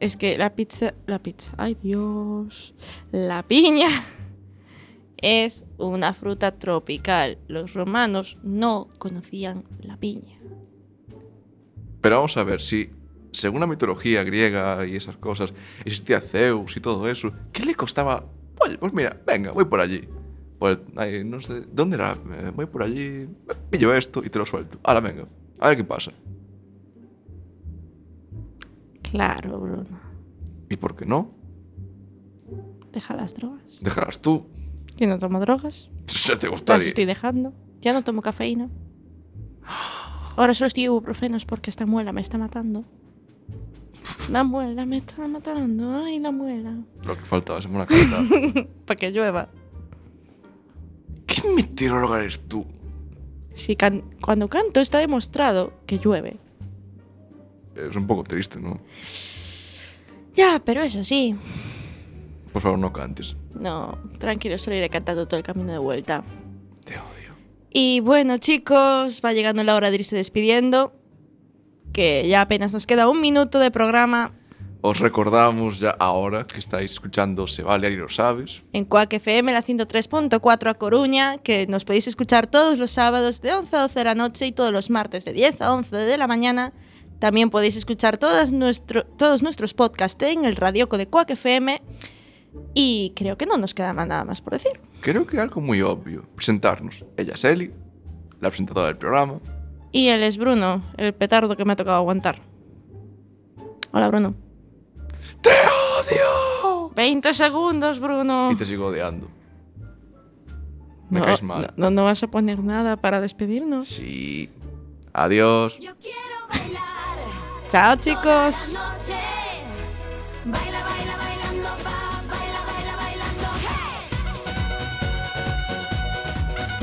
Speaker 1: Es que la pizza, la pizza, ay Dios, la piña (laughs) es una fruta tropical. Los romanos no conocían la piña.
Speaker 2: Pero vamos a ver, si según la mitología griega y esas cosas, existía Zeus y todo eso, ¿qué le costaba? Oye, pues mira, venga, voy por allí. Por el- ay, no sé, ¿dónde era? Eh, voy por allí, pillo esto y te lo suelto. Ahora venga, a ver qué pasa.
Speaker 1: Claro, Bruno.
Speaker 2: ¿Y por qué no?
Speaker 1: Deja las drogas.
Speaker 2: Dejarás tú.
Speaker 1: Que no tomo drogas.
Speaker 2: Se te
Speaker 1: Las
Speaker 2: gustaría.
Speaker 1: estoy dejando. Ya no tomo cafeína. Ahora solo estoy ibuprofenos porque esta muela me está matando. La muela me está matando. Ay, la muela.
Speaker 2: Lo que faltaba es una carta.
Speaker 1: Para que llueva.
Speaker 2: ¿Qué meteoróloga eres tú?
Speaker 1: Si can- cuando canto está demostrado que llueve.
Speaker 2: Es un poco triste, ¿no?
Speaker 1: Ya, pero eso sí.
Speaker 2: Por favor, no cantes.
Speaker 1: No, tranquilo, solo iré cantando todo el camino de vuelta.
Speaker 2: Te odio.
Speaker 1: Y bueno, chicos, va llegando la hora de irse despidiendo. Que ya apenas nos queda un minuto de programa
Speaker 2: Os recordamos ya ahora que estáis escuchando Se Vale y lo sabes.
Speaker 1: en Cuac FM, la 103.4 a Coruña, que nos podéis escuchar todos los sábados de 11 a 12 de la noche y todos los martes de 10 a 11 de la mañana. También podéis escuchar todas nuestro- todos nuestros podcasts en el radioco de Cuac FM. Y creo que no nos queda más- nada más por decir.
Speaker 2: Creo que algo muy obvio. Presentarnos. Ella es Eli, la presentadora del programa.
Speaker 1: Y él es Bruno, el petardo que me ha tocado aguantar. Hola, Bruno.
Speaker 2: ¡Te odio!
Speaker 1: 20 segundos, Bruno.
Speaker 2: Y te sigo odiando. Me
Speaker 1: no,
Speaker 2: caes mal.
Speaker 1: No, no vas a poner nada para despedirnos.
Speaker 2: Sí. Adiós.
Speaker 3: Yo quiero bailar
Speaker 1: Chao,
Speaker 3: toda
Speaker 1: chicos.
Speaker 3: la noche.